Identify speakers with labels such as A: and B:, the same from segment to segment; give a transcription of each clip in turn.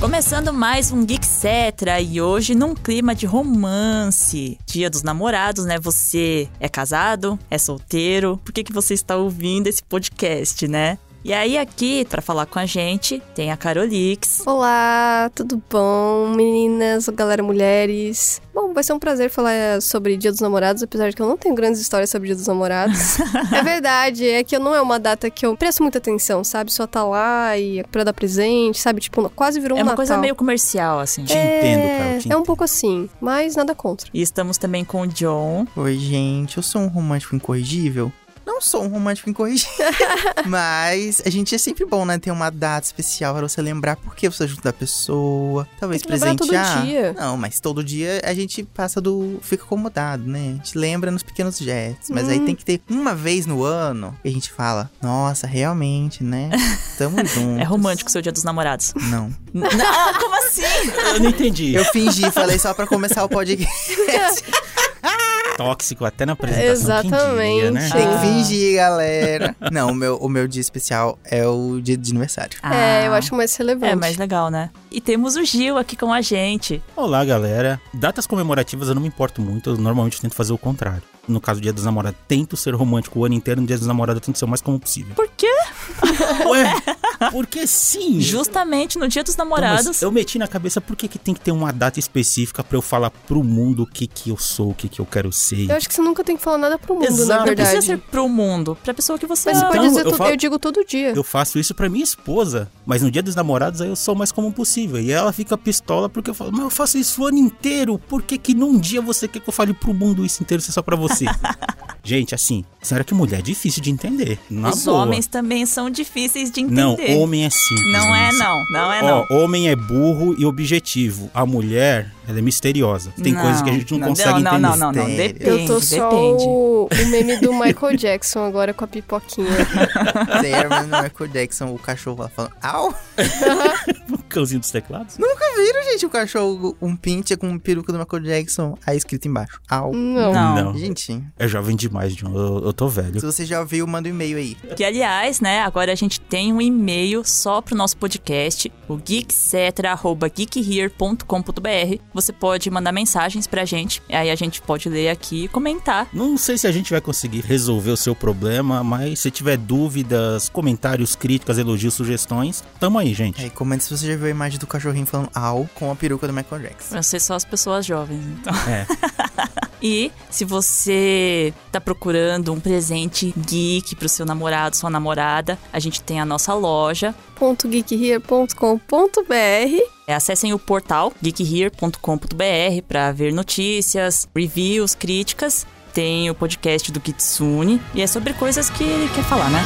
A: Começando mais um Geek Cetra e hoje num clima de romance. Dia dos namorados, né? Você é casado? É solteiro? Por que, que você está ouvindo esse podcast, né? E aí aqui, para falar com a gente, tem a Carolix.
B: Olá, tudo bom, meninas, galera, mulheres? Bom, vai ser um prazer falar sobre Dia dos Namorados, apesar de que eu não tenho grandes histórias sobre Dia dos Namorados. é verdade, é que não é uma data que eu presto muita atenção, sabe? Só tá lá e é pra dar presente, sabe? Tipo, quase virou um
A: é uma
B: Natal.
A: coisa meio comercial, assim.
C: Te entendo, cara. te
B: É um
C: entendo.
B: pouco assim, mas nada contra.
A: E estamos também com o John.
C: Oi, gente, eu sou um romântico incorrigível. Não sou um romântico incorrigível, mas a gente é sempre bom, né? Ter uma data especial pra você lembrar por que você ajuda a pessoa, talvez
B: Tem que lembrar todo
C: presentear.
B: dia.
C: Não, mas todo dia a gente passa do. fica acomodado, né? A gente lembra nos pequenos gestos, mas aí
B: Hum.
C: tem que ter uma vez no ano que a gente fala: nossa, realmente, né? Tamo juntos.
A: É romântico o seu dia dos namorados.
C: Não.
A: N- Não, como assim?
D: Eu não entendi.
C: Eu fingi, falei só pra começar o podcast.
D: Tóxico até na apresentação. quem diria, né?
B: Exatamente.
C: Tem que
A: Ah.
C: fingir, galera. Não, o meu, o meu dia especial é o dia de aniversário.
B: É, eu
A: Ah,
B: acho mais relevante.
A: É mais legal, né? E temos o Gil aqui com a gente.
D: Olá, galera. Datas comemorativas eu não me importo muito, eu normalmente tento fazer o contrário. No caso do Dia dos Namorados, tento ser romântico o ano inteiro, no Dia dos Namorados eu tento ser o mais como possível.
A: Por quê?
D: Ué, porque sim.
A: Justamente no dia dos
D: Então, mas
A: namorados.
D: eu meti na cabeça por que, que tem que ter uma data específica pra eu falar pro mundo o que que eu sou, o que que eu quero ser.
B: Eu acho que você nunca tem que falar nada pro mundo,
D: Exato.
B: na
A: Não
B: verdade.
A: precisa ser Ah. pro mundo, pra pessoa que você
B: Mas você
A: ama.
B: pode
D: Então,
B: dizer
D: eu
B: tudo,
D: falo-
B: eu digo todo dia.
D: Eu faço isso pra minha esposa, mas no dia dos namorados aí eu sou o mais comum possível. E ela fica pistola porque eu falo, mas eu faço isso o ano inteiro, por que que num dia você quer que eu fale pro mundo isso inteiro se é só pra você? Gente, assim, será que mulher é difícil de entender? Na
A: Os
D: boa.
A: homens também são difíceis de
D: Não,
A: entender.
D: homem é simples.
A: Não é
D: gente.
A: não, não é não.
D: Ó, homem é burro e objetivo. A mulher, ela é misteriosa. Tem
A: Não.
D: coisas que a gente não,
C: Não,
D: consegue
A: não,
D: entender.
A: não, não, não,
C: mistério.
A: depende,
B: Eu tô só
A: depende.
B: o, o meme do Michael Jackson agora com a pipoquinha.
C: Zerman no Michael Jackson, o cachorro lá falando. Au!
D: O um cãozinho dos teclados?
C: Gente, o cachorro, um pinche com um peruca do Michael Jackson, aí escrito embaixo. Au!
B: Não.
A: Não.
C: Gente,
D: É jovem demais, John. Eu, eu tô velho.
C: se você já viu, manda um e-mail aí.
A: Que, aliás, né, agora a gente tem um e-mail só pro nosso podcast, o geekcetra.geekhere.com.br. Você pode mandar mensagens pra gente, aí a gente pode ler aqui e comentar.
D: Não sei se a gente vai conseguir resolver o seu problema, mas se tiver dúvidas, comentários, críticas, elogios, sugestões, tamo aí, gente.
C: Aí comenta se você já viu a imagem do cachorrinho falando au com a peruca do Michael Jackson.
A: Pra ser só as pessoas jovens, então.
D: É.
A: E se você tá procurando um presente geek pro seu namorado, sua namorada, a gente tem a nossa loja,
B: .geekhere.com.br
A: É, Acessem o portal geekhere.com.br para ver notícias, reviews, críticas. Tem o podcast do Kitsune e é sobre coisas que ele quer falar, né?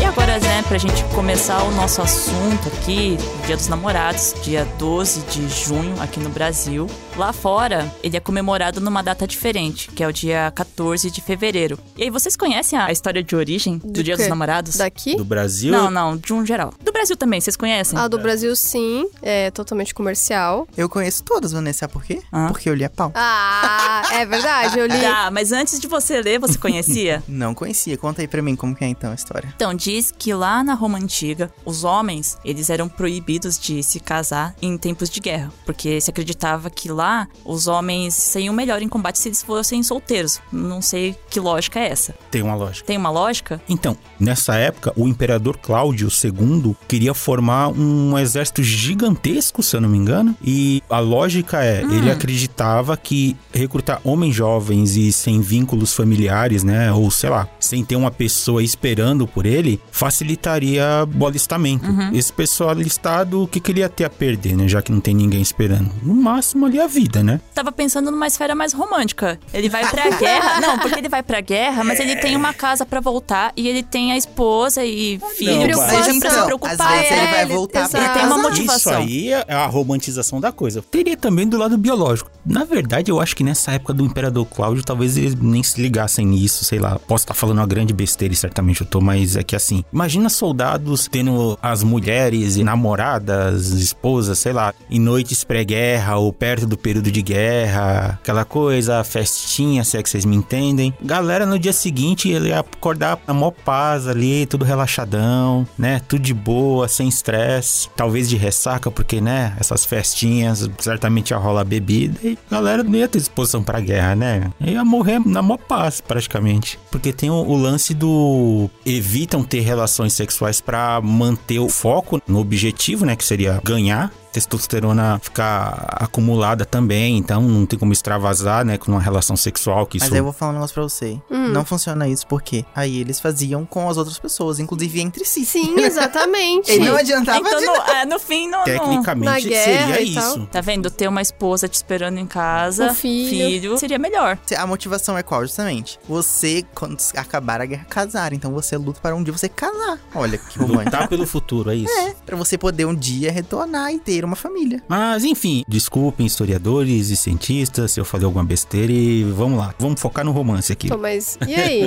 A: E agora, né, pra gente começar o nosso assunto aqui, Dia dos Namorados, dia 12 de junho aqui no Brasil. Lá fora, ele é comemorado numa data diferente, que é o dia 14 de fevereiro. E aí, vocês conhecem a história de origem do
B: Do
A: Dia
B: quê?
A: dos Namorados?
B: daqui.
D: Do Brasil.
A: Não, não, de um geral. Do Brasil também, vocês conhecem?
B: A do Brasil, sim, é totalmente comercial.
C: Eu conheço todas, Vanessa, sabe por quê?
A: Ah.
C: Porque eu li a pau.
B: Ah, é verdade, eu li.
A: Tá, mas antes de você ler, você conhecia?
C: Não conhecia. Conta aí pra mim como que é então a história.
A: Então, diz que lá na Roma Antiga, os homens, eles eram proibidos de se casar em tempos de guerra, porque se acreditava que lá os homens seriam melhor em combate se eles fossem solteiros. Não sei que lógica é essa.
D: Tem uma lógica.
A: Tem uma lógica?
D: Então, nessa época, o imperador Cláudio II queria formar um exército gigantesco, se eu não me engano. E a lógica é, ele acreditava que recrutar homens jovens e sem vínculos familiares, né, ou sei lá, sem ter uma pessoa esperando por ele, facilitaria o alistamento. Esse pessoal alistado, o que, que ele ia ter a perder, né, já que não tem ninguém esperando? No máximo ali a vida, né?
A: Tava pensando numa esfera mais romântica. Ele vai pra guerra. Não, porque ele vai pra guerra, mas ele tem uma casa pra voltar e ele tem a esposa e filho
D: Não,
A: que
D: mas
A: seja pra se
C: então,
A: preocupar.
C: às vezes ele
B: É,
C: vai
B: ele-
C: voltar
B: exato.
C: pra
A: Tem uma
C: casa.
A: motivação.
D: Isso aí é a romantização da coisa. Teria também do lado biológico. Na verdade, eu acho que nessa época do Imperador Cláudio, talvez eles nem se ligassem nisso, sei lá. Posso estar falando uma grande besteira e certamente eu tô, mas é que assim, imagina soldados tendo as mulheres e namoradas, esposas, sei lá, em noites pré-guerra ou perto do período de guerra, aquela coisa, festinha, se é que vocês me entendem. Galera, no dia seguinte, ele ia acordar na maior paz ali, tudo relaxadão, né? Tudo de boa, sem estresse, talvez de ressaca, porque, né, essas festinhas, certamente ia rolar bebida e a galera não ia ter disposição pra guerra, né? Ia morrer na mó paz, praticamente. Porque tem o, o lance do. Evitam ter relações sexuais pra manter o foco no objetivo, né? Que seria ganhar testosterona ficar acumulada também, então não tem como extravasar, né, com uma relação sexual que
C: Mas
D: isso
B: é
C: aí eu vou falar um negócio pra você.
B: Hum.
C: Não funciona isso, porque aí eles faziam com as outras pessoas, inclusive entre si.
B: Sim, exatamente.
C: E não adiantava
A: então,
C: de
A: no, é, no fim, não, não.
B: Na
D: tecnicamente
B: guerra
D: seria
B: e tal.
D: isso.
A: Tá vendo? Ter uma esposa te esperando em casa,
B: Um filho.
A: seria melhor.
C: A motivação é qual, justamente? Você, quando acabar a guerra, casar. Então você luta para um dia você casar. Olha que romântico.
D: Lutar pelo futuro, é isso.
C: Pra você poder um dia retornar e ter uma família.
D: Mas enfim, desculpem historiadores e cientistas se eu falei alguma besteira e vamos lá, vamos focar no romance aqui.
B: Pô, mas e aí?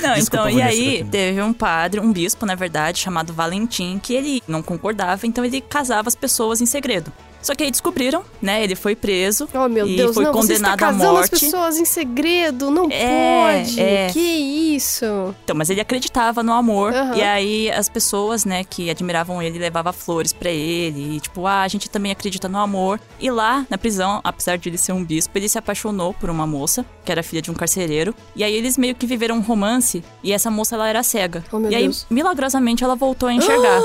A: Não, então,
D: Desculpa,
A: e
D: Vanessa,
A: aí
D: daqui.
A: teve um padre, um bispo, na verdade, chamado Valentim, que ele não concordava, então ele casava as pessoas em segredo. Só que aí descobriram, né? Ele foi preso.
B: Oh, meu
A: E
B: Deus,
A: foi
B: não, você está
A: condenado à
B: casando as
A: morte.
B: pessoas em segredo, não
A: É,
B: pode.
A: é.
B: Que isso?
A: Então, mas ele acreditava no amor.
B: Aham.
A: E aí as pessoas, né, que admiravam ele, levavam flores pra ele. E tipo, ah, a gente também acredita no amor. E lá, na prisão, apesar de ele ser um bispo, ele se apaixonou por uma moça, que era filha de um carcereiro. E aí eles meio que viveram um romance. E essa moça, ela era cega.
B: Oh, meu
A: e aí,
B: Deus.
A: milagrosamente, ela voltou a enxergar.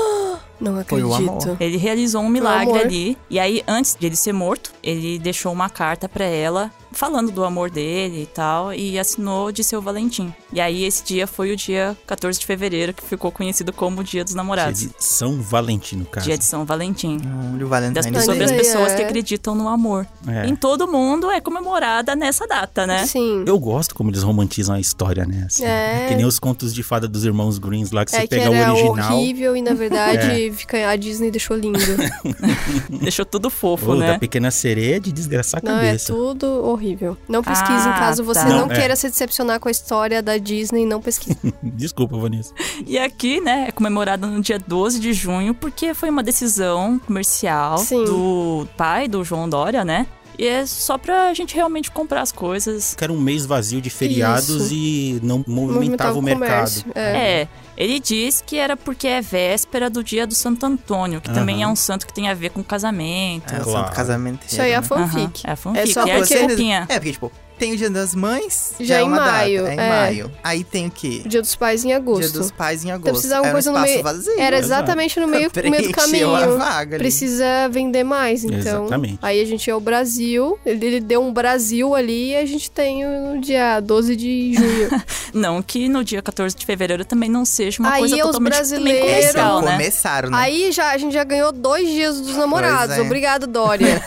B: Não
C: Foi o amor.
B: acredito.
A: Ele realizou um milagre
B: amor.
A: ali. E aí, antes de ele ser morto, ele deixou uma carta pra ela falando do amor dele e tal. E assinou de seu Valentim. E aí, esse dia foi o dia 14 de fevereiro, que ficou conhecido como o Dia dos
D: Dia
A: Namorados.
D: de São Valentino, cara.
A: Dia de São Valentim.
C: Olha
A: Das,
C: o Valentine's
A: sobre as
B: Day.
C: Day.
A: pessoas que
B: É.
A: acreditam no amor.
D: É.
A: Em
B: Então.
A: todo mundo é comemorada nessa data, né?
B: Sim.
D: Eu gosto como eles romantizam a história, né? assim.
B: É.
D: Que nem os contos de fada dos irmãos Greens lá, que
B: é
D: você
B: que
D: pega o
B: era
D: original.
B: horrível e, na verdade, fica, a Disney deixou lindo.
A: Deixou tudo fofo,
D: Ou da
A: né?
D: pequena sereia de desgraçar a
B: Não, é
D: cabeça.
B: tudo horrível. Não pesquisem,
A: Ah,
B: caso você
A: tá.
B: não,
D: Não, é.
B: queira se decepcionar com a história da Disney, não pesquise.
D: Desculpa, Vanessa.
A: E aqui, né, é comemorada no dia 12 de junho, porque foi uma decisão comercial
B: Sim.
A: do pai do João Dória, né? E é só pra gente realmente comprar as coisas.
D: Quero um mês vazio de feriados
B: Isso.
D: e não
B: Movimentar
D: movimentava o mercado.
B: comércio. É.
A: É. ele diz que era porque é véspera do dia do Santo Antônio, que também é
D: Aham.
A: um santo que tem a ver com casamento.
C: Ah, o
D: Claro.
C: santo casamento.
B: Isso aí é a
C: né?
A: Aham,
B: fanfic.
A: É a fanfic,
B: É
A: é,
B: só
A: a
B: porque-
A: desculpinha.
C: É, porque, tipo, tem o dia das mães,
B: Já
C: já, é
B: em
C: uma data,
B: maio,
C: é em
B: é.
C: maio. Aí tem o quê?
B: Dia dos Pais em agosto.
C: Dia dos pais em agosto.
B: precisava alguma
C: Era
B: coisa
C: um
B: no
C: espaço
B: meio.
C: vazio.
B: Era
D: Exato.
B: exatamente no meio, meio do
C: Preencheu a
B: caminho.
C: vaga ali.
B: Precisa vender mais, então.
D: Exatamente.
B: Aí a gente é o Brasil, ele ele deu um Brasil ali e a gente tem o- no dia 12 de junho.
A: Não que no dia 14 de fevereiro também não seja uma
B: Aí
A: coisa
B: é os
A: totalmente
B: brasileiros.
A: bem
C: Eles
A: comercial, né?
C: começaram, né?
B: Aí já, a gente já ganhou dois dias dos namorados.
C: Pois é.
B: Obrigado, Dória.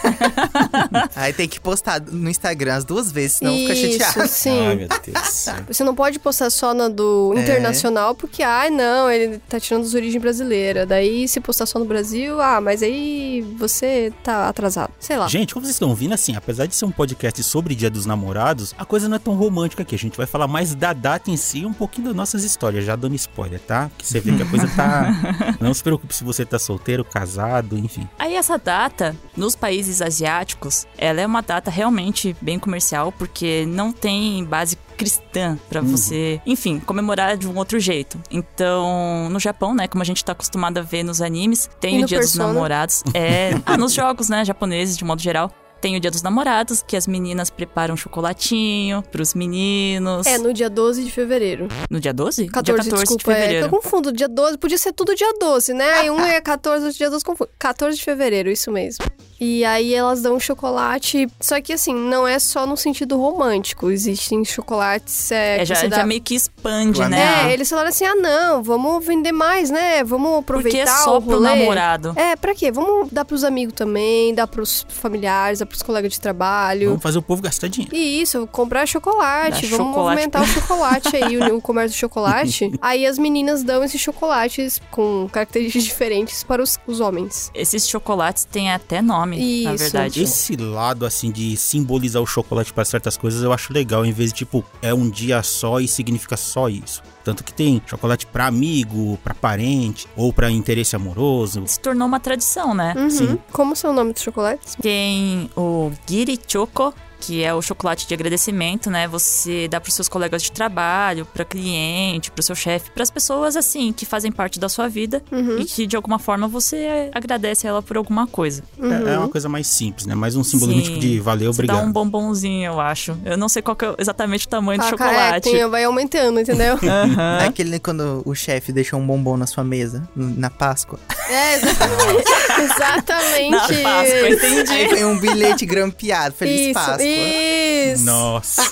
C: Aí tem que postar no Instagram as duas vezes, senão fica
B: Isso,
C: chateado.
D: Ai,
B: sim.
D: meu Deus do céu.
B: Você não pode postar só na do
C: É.
B: internacional, porque, ai, não, ele tá tirando as origens brasileiras. Daí, se postar só no Brasil, ah, mas aí você tá atrasado. Sei lá.
D: Gente, como vocês estão ouvindo, assim, apesar de ser um podcast sobre Dia dos Namorados, a coisa não é tão romântica aqui. A gente vai falar mais da data em si e um pouquinho das nossas histórias, já dando spoiler, tá? Que você vê que a coisa tá. Não se preocupe se você tá solteiro, casado, enfim.
A: Aí essa data, nos países asiáticos, ela é uma data realmente bem comercial, porque não tem base cristã pra você, enfim, comemorar de um outro jeito. Então, no Japão, né, como a gente tá acostumado a ver nos animes,
B: E
A: tem
B: no
A: o Dia
B: Persona?
A: dos Namorados, é, ah, nos jogos, né, japoneses de modo geral. Tem o Dia dos Namorados, que as meninas preparam chocolatinho pros meninos.
B: É, no dia 12 de fevereiro.
A: No dia 12?
B: 14,
A: dia 14
B: desculpa,
A: de
B: é.
A: fevereiro.
B: que Eu confundo, dia 12, podia ser tudo dia 12, né? Aí um é 14, outro dia 12, confundo. 14 de fevereiro, isso mesmo. E aí elas dão um chocolate, só que assim, não é só no sentido romântico, existem chocolates é,
A: É,
B: que
A: já,
B: você
A: já
B: dá...
A: meio que expande,
C: É,
A: né?
B: É, eles falaram assim, ah não, vamos vender mais, né? Vamos
A: porque
B: aproveitar
A: é só
B: o
A: pro
B: rolê.
A: namorado.
B: É, pra quê? Vamos dar pros amigos também, dar pros familiares, dar pros colegas de trabalho.
D: Vamos fazer o povo gastar dinheiro.
B: E isso, comprar chocolate,
A: Dar
B: vamos
A: chocolate
B: movimentar o chocolate aí, o, o comércio do chocolate. aí as meninas dão esses chocolates com características diferentes para os, os homens.
A: Esses chocolates têm até nome, na
B: Isso.
A: verdade.
D: Esse lado, assim, de simbolizar o chocolate para certas coisas, eu acho legal, em vez de, tipo, é um dia só e significa só isso. Tanto que tem chocolate para amigo, para parente, ou para interesse amoroso.
A: Se tornou uma tradição, né?
B: Uhum.
D: Sim.
B: Como são o nome dos chocolates?
A: Tem o Giri Choco, que é o chocolate de agradecimento, né? Você dá pros seus colegas de trabalho, pra cliente, pro seu chefe, pras pessoas assim que fazem parte da sua vida
B: Uhum.
A: e que de alguma forma você agradece ela por alguma coisa.
D: É, é
B: uhum.
D: uma coisa mais simples, né? Mais um simbolismo
A: Sim.
D: tipo de valeu,
A: Você dá
D: obrigado.
A: um bombonzinho, eu acho. Eu não sei qual que é exatamente o tamanho do
B: A
A: chocolate.
B: carequinha Ah, vai aumentando, entendeu?
A: Aham.
C: É aquele quando o chefe deixou um bombom na sua mesa, n- na Páscoa.
B: é, exatamente. exatamente.
A: Na Páscoa,
C: Aí
A: entendi.
C: vem um bilhete grampeado. Feliz
B: isso,
C: Páscoa.
B: Isso.
D: Nossa.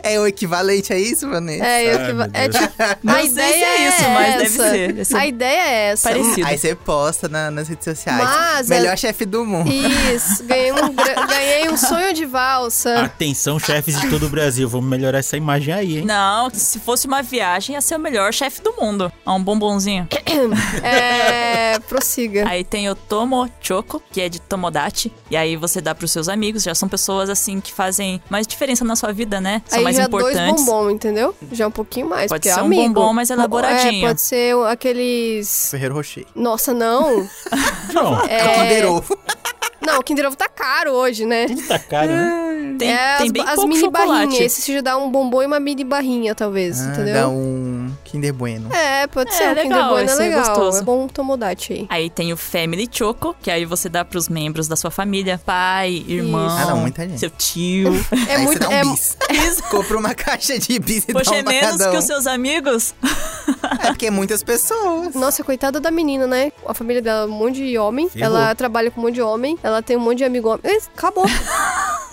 C: É o equivalente a isso, Vanessa?
B: É, eu
D: Ai,
B: que
D: meu
B: va- é
D: Deus.
B: tipo,
A: Não
B: a
A: sei
B: ideia
A: se é isso, mas deve
B: essa.
A: ser. Deve ser
B: A ideia é essa.
A: parecido.
C: Aí você posta na- nas redes sociais.
B: Mas,
C: Melhor
B: é-
C: chefe do mundo.
B: Isso, ganhei um, gra- ganhei um sonho de valsa.
D: Atenção, chefes de todo o Brasil. Vamos melhorar essa imagem aí, hein?
A: Não, se fosse uma viagem, ia ser o melhor chefe do mundo. Ó, um bombonzinho.
C: Ah.
B: É, prossiga.
A: Aí tem o Tomo Choco, que é de Tomodachi. E aí você dá pros seus amigos. Já são pessoas assim que fazem mais diferença na sua vida, né? São
B: Aí
A: mais
B: já
A: importantes.
B: dois bombom, entendeu? Já um pouquinho mais,
A: Pode
B: porque
A: ser
B: é
A: um
B: amigo.
A: bombom mais elaboradinho.
B: É, pode ser aqueles...
C: Ferreiro Rocher.
B: Nossa, não.
D: Não,
B: É...
C: É o Kinder Ovo.
B: Não, o Kinder Ovo tá caro hoje, né?
D: tá caro, né?
A: Tem,
B: é
A: tem
B: as,
A: bem
B: as
A: pouco
B: mini barrinhas.
A: chocolate.
B: Esse já dá um bombom e uma mini barrinha, talvez,
C: Ah,
B: entendeu?
C: Dá um Kinder Bueno.
B: É, pode
A: É,
B: ser. O Kinder
A: legal,
B: Bueno é
A: esse é
B: legal.
A: gostoso.
B: É bom tomodate aí.
A: Aí tem o Family Choco, que aí você dá pros membros da sua família. Pai, irmão,
C: Ah, não, muita gente.
A: seu tio.
B: É
C: Aí
B: muito...
C: você dá um
B: é,
C: bis. Compra uma caixa de bis e
A: Poxa,
C: dá
A: é
C: um
A: menos
C: pancadão.
A: que os seus amigos?
C: É porque é muitas pessoas.
B: Nossa, coitada da menina, né? A família dela é um monte de homem.
D: Ferrou.
B: Ela trabalha com um monte de homem. Ela tem um monte de amigo homem. Ih, Acabou.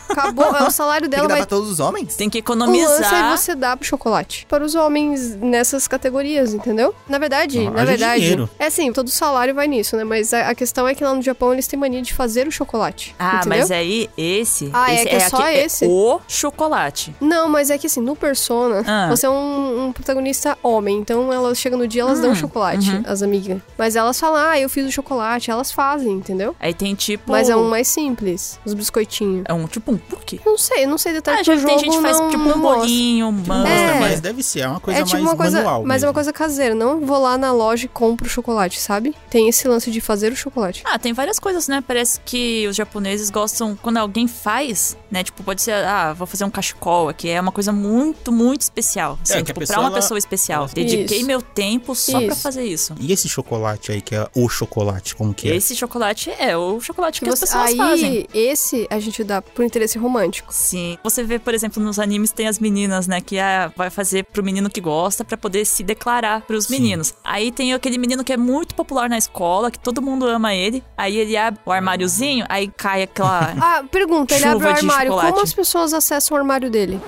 B: Acabou. É, o salário
C: Tem
B: dela
C: que dar
B: vai.
C: pra todos os homens?
A: Tem que
B: O lance é
A: economizar.
B: você dar pro chocolate. Para os homens nessas categorias, entendeu? Na verdade,
D: Não,
B: na
D: haja
B: verdade.
D: dinheiro.
B: É assim, todo salário vai nisso, né? Mas a, a questão é que lá no Japão eles têm mania de fazer o chocolate.
A: Ah,
B: entendeu?
A: mas aí esse.
B: Ah, é
A: esse
B: que é só
A: aque-
B: esse?
A: o chocolate.
B: Não, mas é que assim, no Persona,
A: Ah.
B: você é um, um protagonista homem. Então elas chegam no dia, elas dão
A: Hum,
B: chocolate,
A: uhum.
B: as amigas. Mas elas falam, ah, eu fiz o chocolate, elas fazem, entendeu?
A: Aí tem tipo.
B: Mas é um mais simples, os biscoitinhos.
A: É um tipo um cookie.
B: Não sei, não sei detalhe
A: Ah,
B: do
A: já
B: Tá jogo,
A: tem gente que faz
B: não,
A: tipo
B: não
A: um
B: mostra.
A: bolinho, manga.
B: É.
D: Mas deve ser, é uma coisa
B: é tipo
D: mais
B: uma coisa,
D: manual.
B: mas é uma
D: mesmo.
B: coisa caseira. Não vou lá na loja e compro chocolate, sabe? Tem esse lance de fazer o chocolate.
A: Ah, tem várias coisas, né? Parece que os japoneses gostam quando alguém faz, né? Tipo, pode ser, ah, vou fazer um cachecol aqui. É uma coisa muito, muito especial. Assim,
D: É, que a
A: tipo,
D: pessoa,
A: pra uma
D: ela-
A: pessoa especial.
D: Isso.
A: Dediquei meu tempo só pra
B: Isso.
A: fazer isso.
D: E esse chocolate aí, que é o chocolate, como que é?
A: Esse chocolate é o chocolate que, as
B: você-
A: pessoas
B: aí,
A: fazem.
B: esse a gente dá por interesse romântico.
A: Sim. Você vê, por exemplo, nos animes tem as meninas, né? Que ah, vai fazer pro menino que gosta pra poder se declarar pros
D: Sim.
A: meninos. Aí tem aquele menino que é muito popular na escola, que todo mundo ama ele. Aí ele abre o armáriozinho, aí cai aquela.
B: Ah, pergunta, ele
A: Chuva
B: abre o
A: de
B: armário. Como
A: chocolate.
B: as pessoas acessam o armário dele?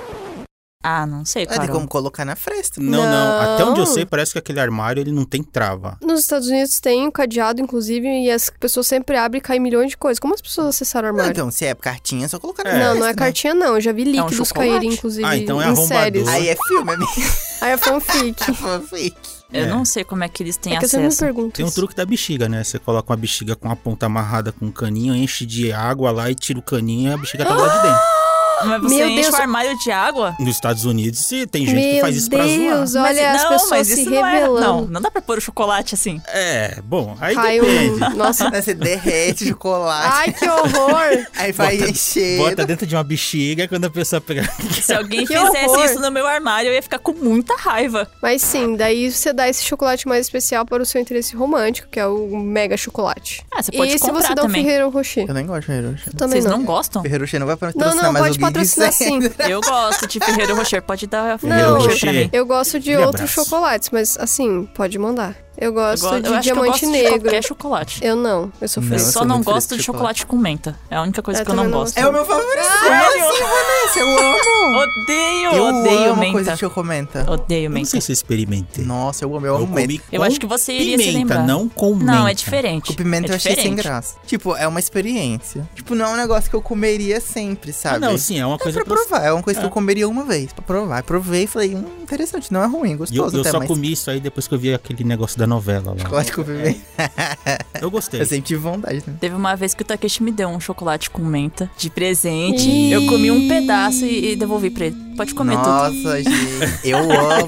A: ah, não sei,
C: É, tem
A: Carol.
C: como colocar na fresta.
D: Não, não, Até onde eu
B: Não.
D: sei, parece que aquele armário ele não tem trava.
B: Nos Estados Unidos tem um cadeado, inclusive, e as pessoas sempre abrem e caem milhões de coisas. Como as pessoas acessaram o
C: Não,
B: armário?
C: então, se é cartinha, é só colocar na
D: É.
B: Não,
C: fresta,
B: não é
C: né?
B: cartinha, não. Eu já vi
A: um
B: líquidos
A: chocolate?
B: caírem, inclusive,
D: Ah, então é
B: em
D: arrombador.
B: séries.
D: Aí
C: Aí é filme, amigo.
B: Aí é fanfic.
C: É fanfic.
A: Eu
D: É.
A: não sei como é que eles têm
B: É que eu sempre me
A: acesso.
B: pergunto.
D: Tem um
B: isso.
D: truque da bexiga, né? Você coloca uma bexiga com a ponta amarrada com um caninho, enche de água lá e tira o caninho e a bexiga tá lá de dentro.
A: Mas você
B: Meu
A: enche
B: Deus.
A: o armário de água?
D: Nos Estados Unidos se tem gente
B: Meu
D: que faz isso pra
B: Deus,
D: zoar.
A: Mas-
B: olha as
A: não,
B: pessoas
A: mas
B: se
A: isso não é- Não,
B: revelando.
A: não dá pra pôr o chocolate assim.
D: É, bom, aí
B: Caiu.
D: depende.
B: Nossa.
C: Né, Você derrete o chocolate.
B: Ai, que horror!
C: Aí vai
D: Bota-
C: encher.
D: Bota dentro de uma bexiga quando a pessoa pegar.
A: Se alguém
B: Que
A: fizesse
B: horror.
A: isso no meu armário, eu ia ficar com muita raiva.
B: Mas sim, daí você dá esse chocolate mais especial para o seu interesse romântico, que é o mega chocolate.
A: Ah, você pode
B: e se
A: comprar
B: você dá um
A: também.
B: Ferreiro Rocher?
C: Eu nem gosto de Ferreiro Rocher.
B: Também
A: Vocês não
B: não.
A: gostam?
C: Ferreiro Rocher não vai
B: Não,
C: patrocinar
B: não,
C: mais
B: pode
C: alguém
B: patrocinar
C: disso,
B: sim.
C: né?
A: Eu gosto de Ferreiro Rocher. Pode dar
B: Ferreiro
A: Ferreiro Rocher
D: Rocher.
A: pra mim.
B: Eu gosto de
D: Aquele
B: outros
D: abraço.
B: chocolates, mas assim, pode mandar. Eu gosto
A: eu, go- eu
B: de
A: acho que eu
B: diamante
A: gosto de
B: negro.
A: qualquer chocolate.
B: Eu não, eu sou
C: Não,
A: Eu
B: fresca.
C: eu
A: só
C: sou
A: não
C: muito
A: gosto
C: fresco
A: de
C: de
A: chocolate com menta. É a única coisa
B: Eu
A: que eu não
B: também não
A: gosto.
B: gosto.
C: É o meu favorito.
A: Sério?
C: Esse eu amo.
A: Odeio,
C: Eu
A: odeio
C: amo
A: menta.
C: coisa de chocomenta.
A: Odeio
D: Eu não
A: menta.
D: sei se eu experimentei.
C: Nossa, eu amo. Eu amo
D: comi
C: menta.
A: Eu
D: com
A: acho que você iria se
D: pimenta,
A: lembrar.
D: não com
A: Não, é
D: menta.
A: diferente.
C: Com pimenta
A: é
C: eu achei sem
A: diferente.
C: graça. Tipo, é uma experiência. Tipo, não é um negócio que eu comeria sempre,
D: Ah,
C: sabe?
D: não, sim, é uma
C: É
D: coisa
C: pra
D: pra-
C: provar, é uma coisa que
D: É.
C: eu comeria uma vez, pra provar. Provei e falei, hum, interessante, não é ruim,
D: E eu,
C: gostoso
D: eu
C: até,
D: só
C: mas...
D: comi isso aí depois que eu vi aquele negócio da novela lá.
C: Chocolate com pimenta,
D: é Eu gostei.
C: eu sempre tive vontade, né?
A: Teve uma vez que o Takeshi me deu um chocolate com menta de presente.
B: Ih.
A: Eu comi um pedaço e, e devolvi pra ele. Pode comer tudo.
C: Nossa, gente, eu amo.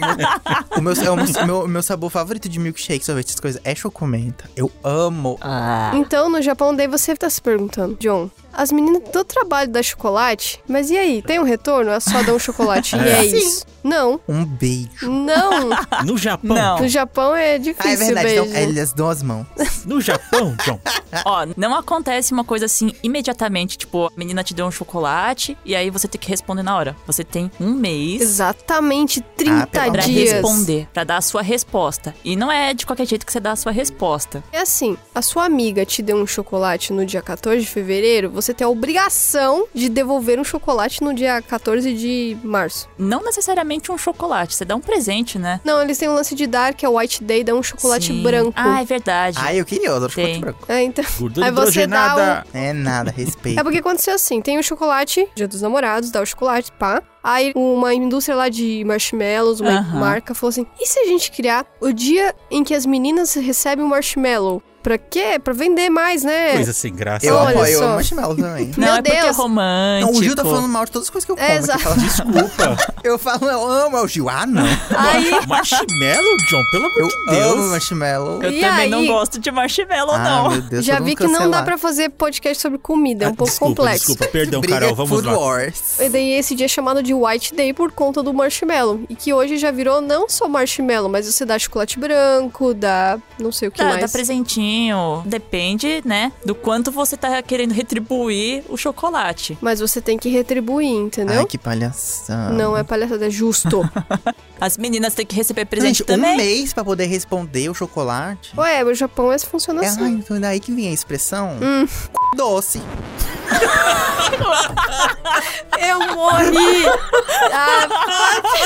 C: o meu, é o meu, meu, meu sabor favorito de milkshake, sorvete, essas coisas, é chocomenta. Eu amo.
B: Então, no Japão, daí você tá se perguntando, John, as meninas do trabalho da chocolate, mas e aí, tem um retorno? Elas só dão chocolate e é
D: É.
B: isso? Não,
C: Um beijo.
B: não.
D: No Japão,
A: Não.
B: No Japão é
C: Ah, é
B: difícil
C: verdade,
B: beijo.
C: então, elas dão as mãos.
D: no Japão, John,
A: Ó, não acontece uma coisa assim imediatamente, tipo, a menina te deu um chocolate e aí você tem que responder na hora. Você tem um mês
B: Exatamente 30
C: pelo amor
A: pra
C: de
B: dias.
A: responder, pra dar a sua resposta. E não é de qualquer jeito que você dá a sua resposta.
B: É assim, a sua amiga te deu um chocolate no dia 14 de fevereiro, você tem a obrigação de devolver um chocolate no dia 14 de março.
A: Não necessariamente um chocolate, você dá um presente, né?
B: Não, eles têm um lance de dar, que é o White Day, dá um chocolate
A: Sim.
B: branco.
A: Ah, é verdade.
C: Ah, eu queria, eu adoro
A: Tem.
C: chocolate branco.
B: É, então...
D: gordura
B: Aí você dá um
D: hidrogenada.
C: É nada, respeito.
B: É porque aconteceu assim, tem o chocolate, dia dos namorados, dá o chocolate, pá. Aí uma indústria lá de marshmallows, uma
A: Aham.
B: marca, falou assim, e se a gente criar o dia em que as meninas recebem o marshmallow? Pra quê? Pra vender mais, né?
D: Coisa sem graça.
C: Eu
B: Olha
C: amo, eu
B: só.
C: amo marshmallow também.
A: não
B: Meu
A: é porque é
B: Deus.
A: romântico.
C: Não, o Gil tá falando mal de todas as coisas que eu como.
B: É,
C: aqui,
B: exato.
C: fala, Desculpa. eu falo, eu amo é o Gil. Ah, não.
D: tá
B: Aí,
D: Marshmallow, John, pelo amor
C: Eu
D: de
C: amo
D: Deus.
C: marshmallow.
A: Eu
B: E
A: também não
B: aí?
A: gosto de marshmallow,
C: ah,
A: não.
C: meu Deus,
B: já
C: todo
B: vi
C: mundo
B: que não dá
C: cancelar.
B: pra fazer podcast sobre comida, é um
D: Ah,
B: pouco
D: desculpa,
B: complexo.
D: Desculpa, perdão,
C: Briga
D: Então,
C: é
D: Carol, vamos
C: Food
D: lá.
C: Wars.
B: E daí esse dia é chamado de White Day por conta do marshmallow. E que hoje já virou não só marshmallow, mas você dá chocolate branco, dá não sei o que
A: Tá, Dá,
B: mais.
A: dá presentinho. Depende, né? Do quanto você tá querendo retribuir o chocolate.
B: Mas você tem que retribuir, entendeu?
C: Ai, que palhaçada.
B: Não é palhaçada, é justo.
A: As meninas têm que receber presente
C: Gente, um
A: também.
C: mês pra poder responder o chocolate.
B: Ué, o Japão é, funciona
C: É,
B: assim.
C: ai, então daí que vem a expressão.
B: Hum.
C: Doce.
B: Eu morri!
C: um
B: Ah,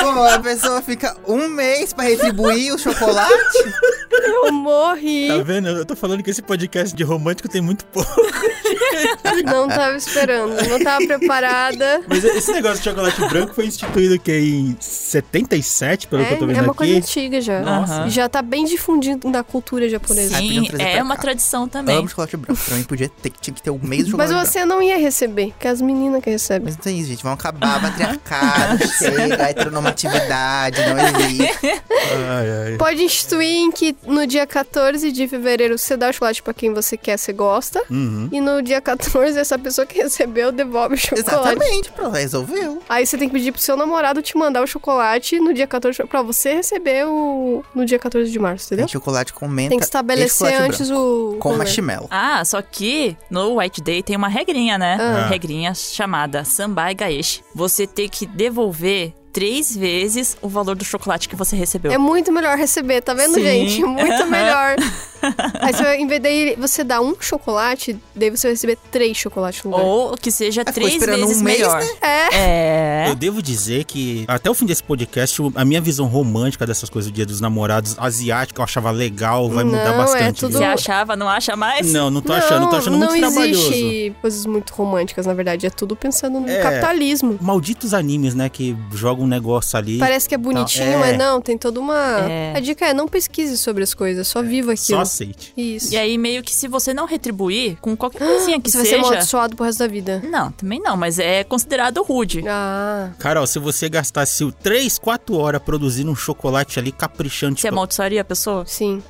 C: Pô, a pessoa fica um mês pra retribuir o chocolate.
B: eu morri!
D: Tá vendo? Eu tô falando que esse podcast de romântico tem muito pouco. Tá
B: Não tava esperando, não tava preparada.
D: Mas esse negócio de chocolate branco foi instituído que em 77, pelo que eu tô
B: É,
D: vendo
B: é uma
D: aqui.
B: coisa antiga já.
A: Nossa.
B: Já tá bem difundido na cultura japonesa.
C: Ai,
A: Sim,
C: podiam trazer
A: é
C: pra
A: uma
C: cá.
A: tradição também.
C: Amo chocolate branco. Pra mim podia ter, tinha que ter um mês de
B: Mas
C: chocolate branco.
B: você não ia receber, que é as meninas que recebem.
C: Mas não tem isso, gente. Vão acabar patriarcado, chega, heteronormatividade, não existe.
D: Ai, ai.
B: Pode instituir em que no dia 14 de fevereiro você dá o chocolate pra quem você quer, você gosta.
D: Uhum.
B: E no dia 14, essa pessoa que recebeu devolve o chocolate.
C: Exatamente, pronto, resolveu.
B: Aí você tem que pedir pro seu namorado te mandar o chocolate no dia 14 pra você receber o no dia 14 de março, entendeu?
C: Tem chocolate com menta
B: Tem que
C: e
B: estabelecer
C: chocolate
B: antes o
C: branco, com
B: rolê.
C: marshmallow.
A: Ah, só que no White Day tem uma regrinha, né?
D: Ah.
A: Regrinha chamada Sambai Gaeshi. Você tem que devolver três vezes o valor do chocolate que você recebeu.
B: É muito melhor receber, tá vendo,
A: Sim.
B: gente? Muito
A: Aham.
B: melhor. Aí você, em vez de você dar um chocolate, daí você vai receber três chocolates no lugar.
A: Ou que seja
C: ficou
A: três
C: esperando um
A: vezes
C: mês,
A: melhor.
B: É.
A: É.
D: Eu devo dizer que até o fim desse podcast, a minha visão romântica dessas coisas do dia dos namorados asiática, eu achava legal, vai mudar
B: Não, é
D: bastante.
B: tudo-
A: Você
D: viu?
A: achava, não acha mais?
D: Não, não tô achando, tô achando
B: não
D: muito trabalhoso.
B: existe coisas muito românticas, na verdade. É tudo pensando no
D: É.
B: capitalismo.
D: Malditos animes, né? Que jogam um negócio ali.
B: Parece que é bonitinho,
D: é.
B: mas não, tem toda uma.
A: É.
B: A dica é não pesquise sobre as coisas, só viva
D: É. Só
B: aquilo.
D: aceite.
B: Isso.
A: E aí, meio que se você não retribuir com qualquer coisinha que
B: Você vai ser
A: seja.
B: amaldiçoado pro resto da vida.
A: Não, também não, mas é considerado rude.
B: Ah.
D: Carol, se você gastasse 3, 4 horas produzindo um chocolate ali caprichante.
B: é
A: Você amaldiçoaria a pessoa?
B: Sim.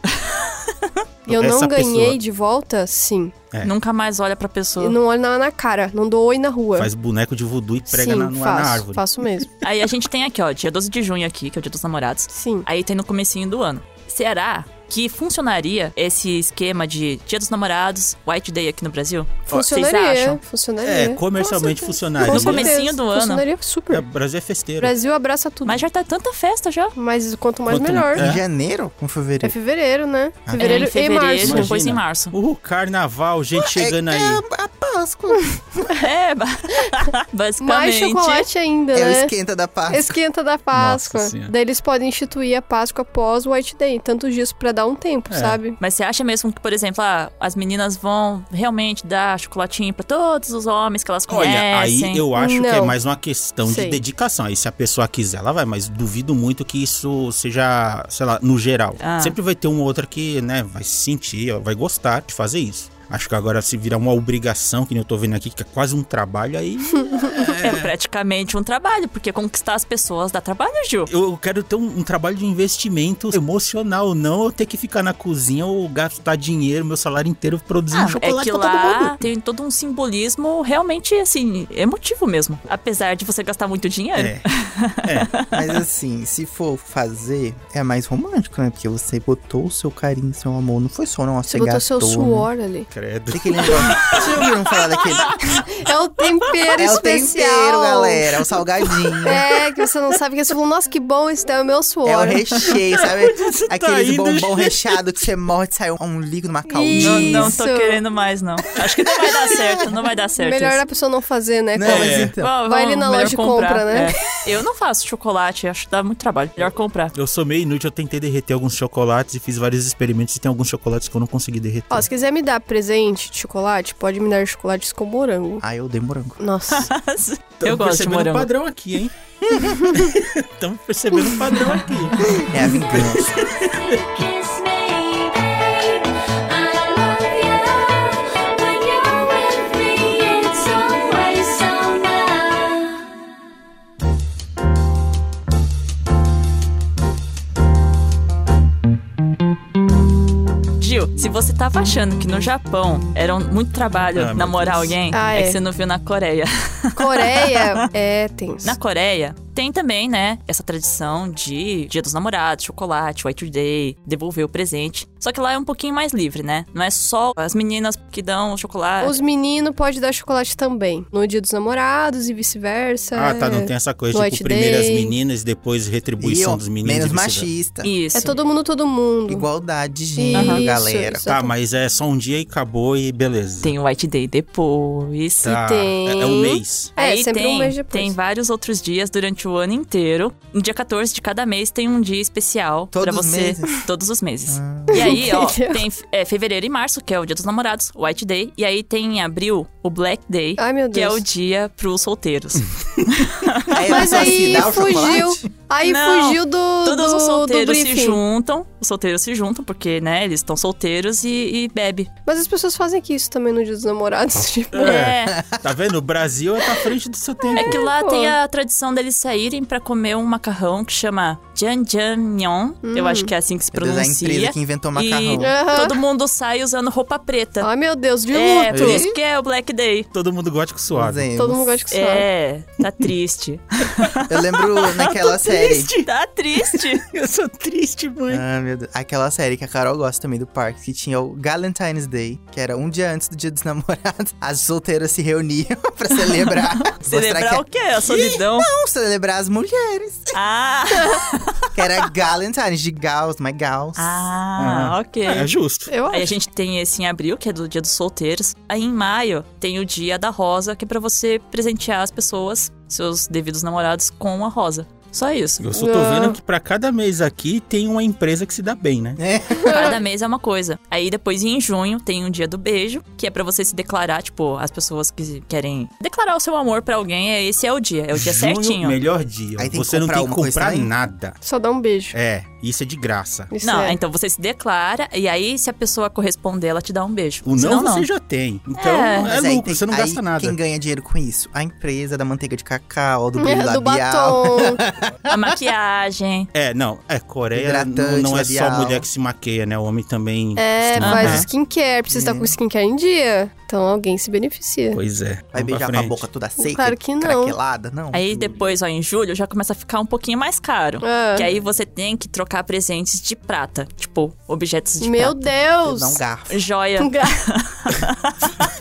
B: E eu não
D: Essa
B: ganhei
D: pessoa.
B: de volta? Sim.
D: É.
A: Nunca mais olha pra pessoa.
B: E não olho na, na cara, não dou oi na rua.
D: Faz boneco de voodoo e prega
B: Sim,
D: na, na- na
B: faço,
D: árvore.
B: faço mesmo.
A: Aí a gente tem aqui, ó, dia 12 de junho aqui, que é o dia dos namorados.
B: Sim.
A: Aí tem no comecinho do ano. Será que funcionaria esse esquema de Dia dos Namorados, White Day aqui no Brasil? Vocês
B: Funcionaria.
A: acham?
B: Funcionaria.
D: É, comercialmente
B: Com certeza.
D: funcionaria.
A: No
B: Com certeza.
A: comecinho do ano.
B: Funcionaria
D: É,
B: super.
D: Brasil é festeiro.
B: Brasil abraça tudo.
A: Mas já tá tanta festa já.
B: Mas quanto mais,
D: Quanto-
B: melhor.
D: É.
C: Em janeiro? Em
B: É
C: fevereiro?
B: fevereiro, né?
C: Ah.
B: Fevereiro,
A: é, em fevereiro,
B: e março.
A: depois em
D: Imagina.
A: março.
D: Uhul, Uh, carnaval, gente chegando
C: é,
D: aí.
C: É a Páscoa.
A: É, ba-
B: Mais
A: basicamente.
B: chocolate ainda,
C: É o
B: né?
C: esquenta da Páscoa.
B: Esquenta da Páscoa.
D: Senhora.
B: Daí eles podem instituir a Páscoa após o White Day, tantos dias pra dar um tempo,
D: É.
B: sabe?
A: Mas você acha mesmo que, por exemplo, ah, as meninas vão realmente dar chocolatinho pra todos os homens que elas
D: Olha,
A: conhecem?
D: aí eu acho que é
B: Não.
D: mais uma questão
B: Sei.
D: de dedicação. Aí se a pessoa quiser, ela vai, mas duvido muito que isso seja, sei lá, no geral.
A: Ah.
D: Sempre vai ter um ou outra que, né, vai se sentir, ó, vai gostar de fazer isso. Acho que agora se virar uma obrigação, que nem eu tô vendo aqui, que é quase um trabalho, aí.
A: É praticamente um trabalho, porque conquistar as pessoas dá trabalho, Ju.
D: Eu eu quero ter um, um trabalho de investimento emocional, não eu ter que ficar na cozinha ou gastar dinheiro, meu salário inteiro produzindo
A: Ah,
D: chocolate
A: é que
D: pra todo mundo.
A: lá tem todo um simbolismo realmente, assim, emotivo mesmo. Apesar de você gastar muito dinheiro.
D: É.
C: Mas assim, se for fazer, é mais romântico, né? Porque você botou o seu carinho, seu amor. Não foi só, não.
B: Você botou seu
C: gastou,
B: suor ali.
D: Credo.
C: Né? Aquele negócio. Vocês já ouviram falar daquele?
B: É o tempero
C: É o
B: especial.
C: tempero, galera. É o salgadinho. É,
B: É, que você não sabe, que você falou, nossa, que bom, esse daí é o meu suor.
C: o recheio, sabe?
D: tá
C: Aqueles
D: indo,
C: bombom
D: gente?
C: recheado que você morde e sai um líquido, uma caldinha.
A: Não, não
B: Isso.
A: tô querendo mais, não. Acho que não vai dar certo, não vai dar certo.
B: Melhor
A: isso.
B: a pessoa não fazer, né?
C: Não,
B: Como
C: mas
D: É.
C: então.
A: Vamos-
B: Vai
A: vamos,
B: ali na
A: melhor
B: loja e compra, né?
A: É. Eu não faço chocolate, acho que dá muito trabalho. Melhor comprar.
D: Eu sou meio inútil, eu tentei derreter alguns chocolates e fiz vários experimentos e tem alguns chocolates que eu não consegui derreter.
B: Ó, se quiser me dar presente de chocolate, pode me dar chocolates com morango.
C: Ah, eu dei morango.
B: Nossa.
D: Tamo
A: eu gosto de
D: percebendo
A: morango.
D: um padrão aqui, hein? Estamos percebendo um padrão aqui.
C: É a vingança.
E: Kiss me, babe. I love you. When you're with me, it's always so nice.
A: Gil, se você tava achando que no Japão era um- muito trabalho
D: Ah, meu
A: namorar
D: Deus.
A: alguém,
B: Ah,
A: é.
B: é.
A: que você não viu na Coreia.
B: Coreia é tenso.
A: Na Coreia, tem também, né, essa tradição de Dia dos Namorados, chocolate, White Day, devolver o presente. Só que lá é um pouquinho mais livre, né? Não é só as meninas que dão o chocolate.
B: Os meninos podem dar chocolate também. No dia dos namorados e vice-versa. É,
D: Ah, tá,
A: É.
D: não tem essa coisa,
B: Noite
D: tipo, primeiro as
B: day.
D: meninas, depois
C: E,
D: retribuição
C: ó,
D: dos meninos.
C: menos
D: e vice-versa.
C: machista.
A: Isso.
B: É todo mundo, todo mundo.
C: Igualdade de gênero,
B: Isso,
C: galera.
B: isso.
D: Tá, mas é só um dia e acabou e beleza.
A: Tem o White Day depois.
D: Tá,
B: tem.
D: É, é um mês.
B: É,
A: Aí
B: sempre
A: tem,
B: um mês depois.
A: Tem vários outros dias durante o ano inteiro. No dia 14 de cada mês tem um dia especial
C: Todos
A: pra
C: os
A: você.
C: meses? Ah.
A: Todos os meses. E aí, ó,
B: Entendeu?
A: tem é, fevereiro e março, que é o dia dos namorados, White Day. E aí tem em abril o Black Day,
B: Ai, meu Deus.
A: que é o dia pros solteiros.
B: Mas
C: Aí era só
B: aí
C: assinar o
B: fugiu.
C: chocolate?
B: Aí
A: Não,
B: fugiu do,
A: Todos
B: do,
A: os
B: do
A: solteiros se
B: briefing.
A: juntam. Os solteiros se juntam, porque, né, eles estão solteiros e, e bebe.
B: Mas as pessoas fazem aqui isso também no dia dos namorados. Tipo,
D: É.
A: É.
D: Tá vendo? O Brasil é pra frente do seu tempo.
A: É que lá
B: pô.
A: tem a tradição deles saírem pra comer um macarrão que chama Janjangmyeon. Eu acho que é assim que se
C: Meu Deus, a
A: pronuncia.
C: empresa que inventou
A: E
C: macarrão.
B: Aham.
A: todo mundo sai usando roupa preta.
B: ai meu Deus, de
A: é,
B: luto.
A: por isso que é o Black Day.
D: Todo mundo gótico suave.
C: Fazemos.
B: Todo mundo gosta que sabe.
A: É, tá triste.
C: Eu lembro
B: Ah,
C: naquela série.
A: tá triste.
D: Eu sou triste, mãe.
C: Ah, meu Deus. Aquela série que a Carol gosta também do parque, que tinha o Valentine's Day, que era um dia antes do dia dos namorados. As solteiras se reuniam pra celebrar.
A: Celebrar o
C: Mostrar que é
A: quê? A solidão?
C: não, celebrar as mulheres.
A: Ah,
C: Que era Valentine's de Gauss, my Gauss.
A: ah, ok.
D: É justo.
B: Eu
A: Aí a
B: acho.
A: gente tem esse em abril, que é do dia dos solteiros. Aí em maio tem o dia da rosa, que é pra você presentear as pessoas, seus devidos namorados, com a rosa. Só isso.
D: Eu só tô
B: Não.
D: vendo que pra cada mês aqui tem uma empresa que se dá bem, né?
C: É.
A: Cada mês é uma coisa. Aí depois em junho tem um dia do beijo, que é pra você se declarar, tipo, as pessoas que querem declarar o seu amor pra alguém, é- esse é o dia, é o dia
D: Junho,
A: certinho.
D: melhor dia.
C: Aí tem que
D: Você não
C: comprar
D: tem que
C: alguma coisa
D: comprar
C: também?
D: nada.
B: Só dá um beijo.
D: É, isso é de graça.
B: Isso
A: Não,
B: é.
A: então você se declara e aí se a pessoa corresponder, ela te dá um beijo.
D: O não
A: Senão,
D: você
A: não.
D: já tem. Então
A: É.
D: é,
C: Mas aí
D: lucro,
C: tem-
D: você não gasta
C: aí
D: nada.
C: Quem ganha dinheiro com isso? A empresa da manteiga de cacau, do brilho
B: É,
C: labial.
B: do batom.
A: A maquiagem.
D: É, não, é, Coreia
C: Hidratante,
D: não, não é só
C: labial.
D: mulher que se maqueia, né? O homem também.
B: É,
D: costuma-
A: mas-
B: faz
A: Aham.
C: Uhum.
B: skincare. Precisa estar com skincare em dia. Então alguém se beneficia.
D: Pois é.
C: Vai
D: Vamos pra
C: beijar com a
D: frente.
C: boca toda seca?
B: Claro que não.
C: Craquelada? Não.
A: Aí depois, ó, em julho, já começa a ficar um pouquinho mais caro.
B: Ah.
A: Que aí você tem que trocar presentes de prata. Tipo, objetos de
B: Meu
A: prata.
B: Deus!
C: Dá um garfo.
A: Joia.
B: Um gato.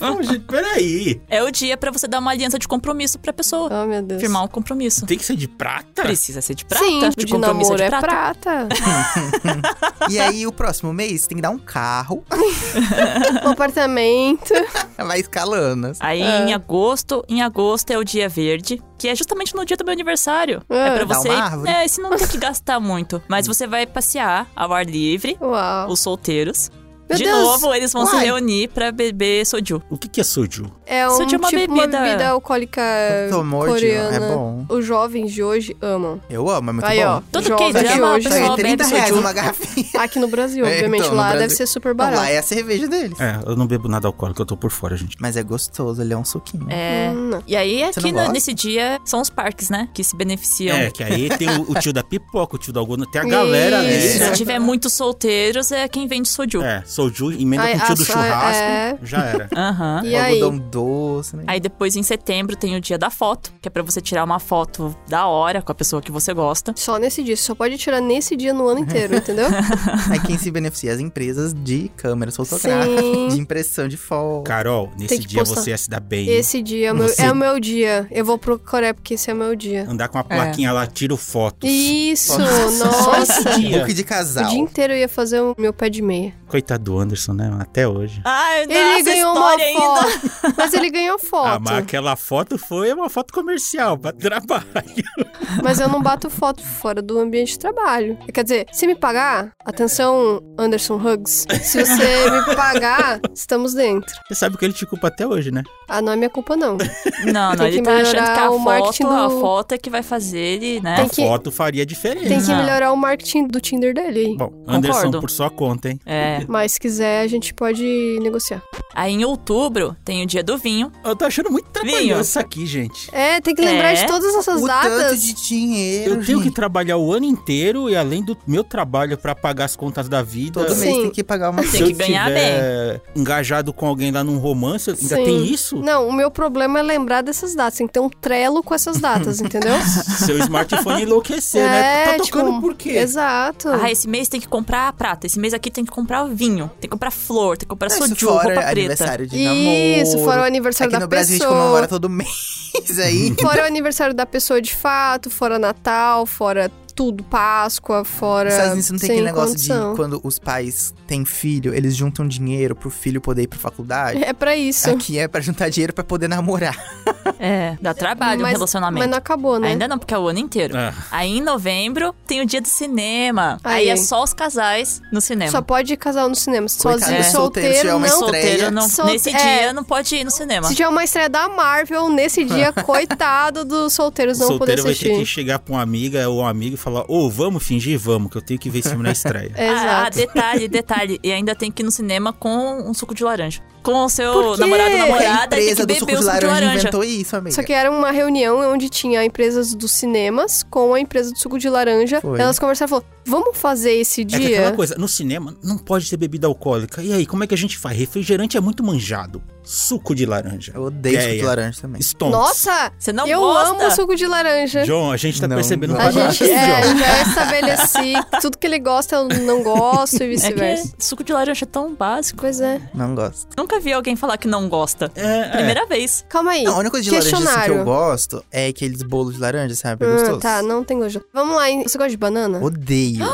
D: Não, gente, peraí.
A: É o dia pra você dar uma aliança de compromisso pra pessoa.
B: Oh, meu Deus.
A: Firmar um compromisso.
D: Tem que ser de
C: Tá.
D: prata?
A: Precisa ser de prata?
B: Sim,
A: de
B: de
A: compromisso
B: namoro
A: de
B: é
A: prata?
B: prata.
C: E aí, o próximo mês, tem que dar um carro.
B: um apartamento.
C: Vai escalando. assim.
A: Aí
B: É.
A: em agosto, em agosto é o dia verde, que é justamente no dia do meu aniversário.
B: Ah.
A: é pra
C: Dá
A: você.
C: uma árvore?
A: É, você não tem que gastar muito. Mas você vai passear ao ar livre,
B: Uau.
A: os solteiros.
B: Meu
A: de
B: Deus.
A: novo, eles vão se
C: Uai.
A: reunir pra beber soju.
D: O que, que é soju?
B: É um,
A: Isso de uma
B: tipo
A: bebida-
B: uma bebida alcoólica
C: Tomou de-
B: Ah, coreana.
C: é bom.
B: Os jovens de hoje amam.
C: Eu amo, é muito
B: Aí,
C: bom.
B: ó.
A: Todo
B: jovens
A: K-drama,
B: de
A: a
B: hoje.
A: pessoa-
C: Paguei 30
A: bebe
C: reais
A: soju.
C: uma garrafinha.
B: Aqui no Brasil,
C: É,
B: obviamente.
C: então, no
B: lá
C: Brasil-
B: deve ser super
C: Não,
B: barato.
C: lá é a cerveja deles.
D: É, eu não bebo nada alcoólico, eu tô por fora, gente.
C: Mas é gostoso, ele é um suquinho.
A: É.
B: Hum, não.
A: E aí,
C: Você
A: aqui
C: não
A: no-
C: gosta?
A: nesse dia, são os parques, né? Que se beneficiam.
D: É, que aí tem o, o tio da pipoca, o tio da algodão, tem a galera
C: é.
B: Isso.
D: ali.
A: Se
D: né?
A: tiver muitos solteiros, é quem vende soju. Aham.
D: É, soju, emenda
B: Aí,
D: com o tio
B: a
D: do
B: sua-
D: churrasco,
B: é.
D: já era.
B: E
C: um
B: aí?
C: algodão doce, né?
A: Aí depois, em setembro, tem o dia da foto, que é pra você tirar uma foto da hora com a pessoa que você
C: é-
A: gosta.
B: Só nesse dia. Você só pode tirar nesse dia no ano inteiro, entendeu?
C: Aí quem se beneficia? As empresas de câmeras
B: Sim.
C: fotográficas, de impressão de foto.
D: Carol, nesse
B: que
D: dia
B: postar.
D: você ia se dar bem.
B: Esse dia é o meu,
D: Você-
B: é o meu dia. Eu vou pro Coreia porque esse é o meu dia.
D: Andar com uma plaquinha lá, tiro fotos.
B: Isso,
C: Nossa.
B: nossa.
D: Dia.
C: Book de casal.
B: O dia inteiro eu ia fazer o meu pé de meia.
D: Coitado do Anderson, né? Até hoje.
A: Ai,
B: ele ganhou uma
A: história ainda.
B: foto. Mas ele ganhou
D: Ah,
B: foto.
D: mas aquela foto foi uma foto comercial, pra trabalho.
B: Mas eu não bato foto fora do ambiente de trabalho. Quer dizer, se me pagar, atenção, Anderson Hugs. Se você me pagar, estamos dentro.
D: Você sabe que ele te culpa até hoje, né?
B: Ah, não é minha culpa, não.
A: Não, não,
B: Tem
A: ele
B: que
A: tá achando que
B: melhorar
A: a
B: o
A: foto,
B: marketing
A: a
B: do-
A: foto é que vai fazer ele, né?
B: Tem
D: a
B: que-
D: foto faria diferença.
B: Tem que
A: Não.
B: melhorar o marketing do Tinder dele.
D: Bom, Anderson,
A: Concordo.
D: por sua conta, hein?
A: É.
B: Mas se quiser, a gente pode negociar.
A: Aí em outubro tem o dia do vinho.
D: Eu tô achando muito
A: Vinho.
D: trabalhoso isso aqui, gente.
B: É, tem que lembrar
A: É.
B: de todas essas
C: o tanto
B: datas.
C: de dinheiro,
D: Eu tenho que
C: gente.
D: trabalhar o ano inteiro e além do meu trabalho pra pagar as contas da vida.
C: Todo mês
B: Sim.
C: tem que pagar uma...
A: Tem
D: se
A: que
D: eu
A: ganhar
D: tiver engajado com alguém lá num romance, ainda
B: Sim.
D: tem isso?
B: Não, o meu problema é lembrar dessas datas. Tem que ter um trelo com essas datas, entendeu?
D: Seu smartphone enlouquecer, né?
B: É,
D: Tá tocando
B: tipo,
D: por quê?
B: Exato.
A: Ah, esse mês tem que comprar a prata. Esse mês aqui tem que comprar o vinho. Tem que comprar flor, tem que comprar
C: Isso
A: soju,
C: fora é
A: roupa preta.
C: aniversário de namoro.
B: Isso, fora o
C: Aqui
B: aniversário
C: no
B: da
C: Brasil a gente
B: pessoa.
C: comemora todo mês aí.
B: Fora o aniversário da pessoa de fato, fora Natal, fora tudo, Páscoa, fora.
C: Nos Estados Unidos não tem
B: sem
C: aquele negócio
B: condição.
C: de quando os pais têm filho, eles juntam dinheiro pro filho poder ir pra faculdade.
B: É pra isso.
C: Aqui é pra juntar dinheiro pra poder namorar.
A: É, dá trabalho o
B: mas,
A: relacionamento.
B: Mas não acabou, né?
A: Ainda não, porque é o ano inteiro.
D: Ah.
A: Aí em novembro tem o dia do cinema. Aí,
B: Aí.
A: é só os casais no cinema.
B: Só pode ir casal no cinema. Sozinho,
C: Coitado,
A: do
B: solteiro,
C: solteiro, se é uma
A: Mas
B: não.
C: estre-
A: solteiro
C: estreia.
A: não,
B: Sol-
A: nesse
B: é.
A: dia não pode ir no cinema.
B: Se tiver uma estreia da Marvel nesse dia, coitado dos solteiros não poder
D: solteiro vai ter que
B: assistir.
D: chegar pra uma amiga ou um amigo e falar: Ô, vamos fingir? Vamos, que eu tenho que ver esse filme na estreia.
B: É
A: Ah, ah,
B: Exato.
A: detalhe, detalhe. E ainda tem que ir no cinema com um suco de laranja. Com o seu
B: Por quê?
A: namorado ou
C: Porque a
A: É. namorada, tem que
C: empresa do
A: beber
C: suco
A: o
C: de
A: suco de
C: laranja
A: laranja.
C: inventou isso, amiga.
B: Só que era uma reunião onde tinha empresas dos cinemas com a empresa do suco de laranja.
C: Foi.
B: Elas conversaram e falaram: vamos fazer esse
D: É que aquela
B: dia?
D: coisa, no cinema não pode ter bebida alcoólica. E aí, como é que a gente faz? Refrigerante é muito manjado. Suco de laranja.
C: Eu odeio suco de
D: Ideia.
C: laranja também.
D: Stonks.
B: Nossa!
A: Você não
B: eu
A: gosta?
B: amo suco de laranja.
D: John, a gente tá
C: Não,
D: percebendo um
C: não.
B: A
D: padrão.
B: gente é, já estabeleci tudo que ele gosta, eu não gosto e
A: É
B: vice-versa.
A: que suco de laranja é tão básico.
B: Pois é.
C: Não gosto.
A: Nunca vi alguém falar que não gosta.
D: É, é.
A: Primeira vez.
B: Calma aí.
C: Não, a única coisa de laranja assim, que
B: questionário.
C: eu gosto é aqueles bolos de laranja, sabe? É
B: Ah,
C: gostoso.
B: tá, não tem gosto. Vamos lá, hein? Você gosta de banana?
C: Odeio.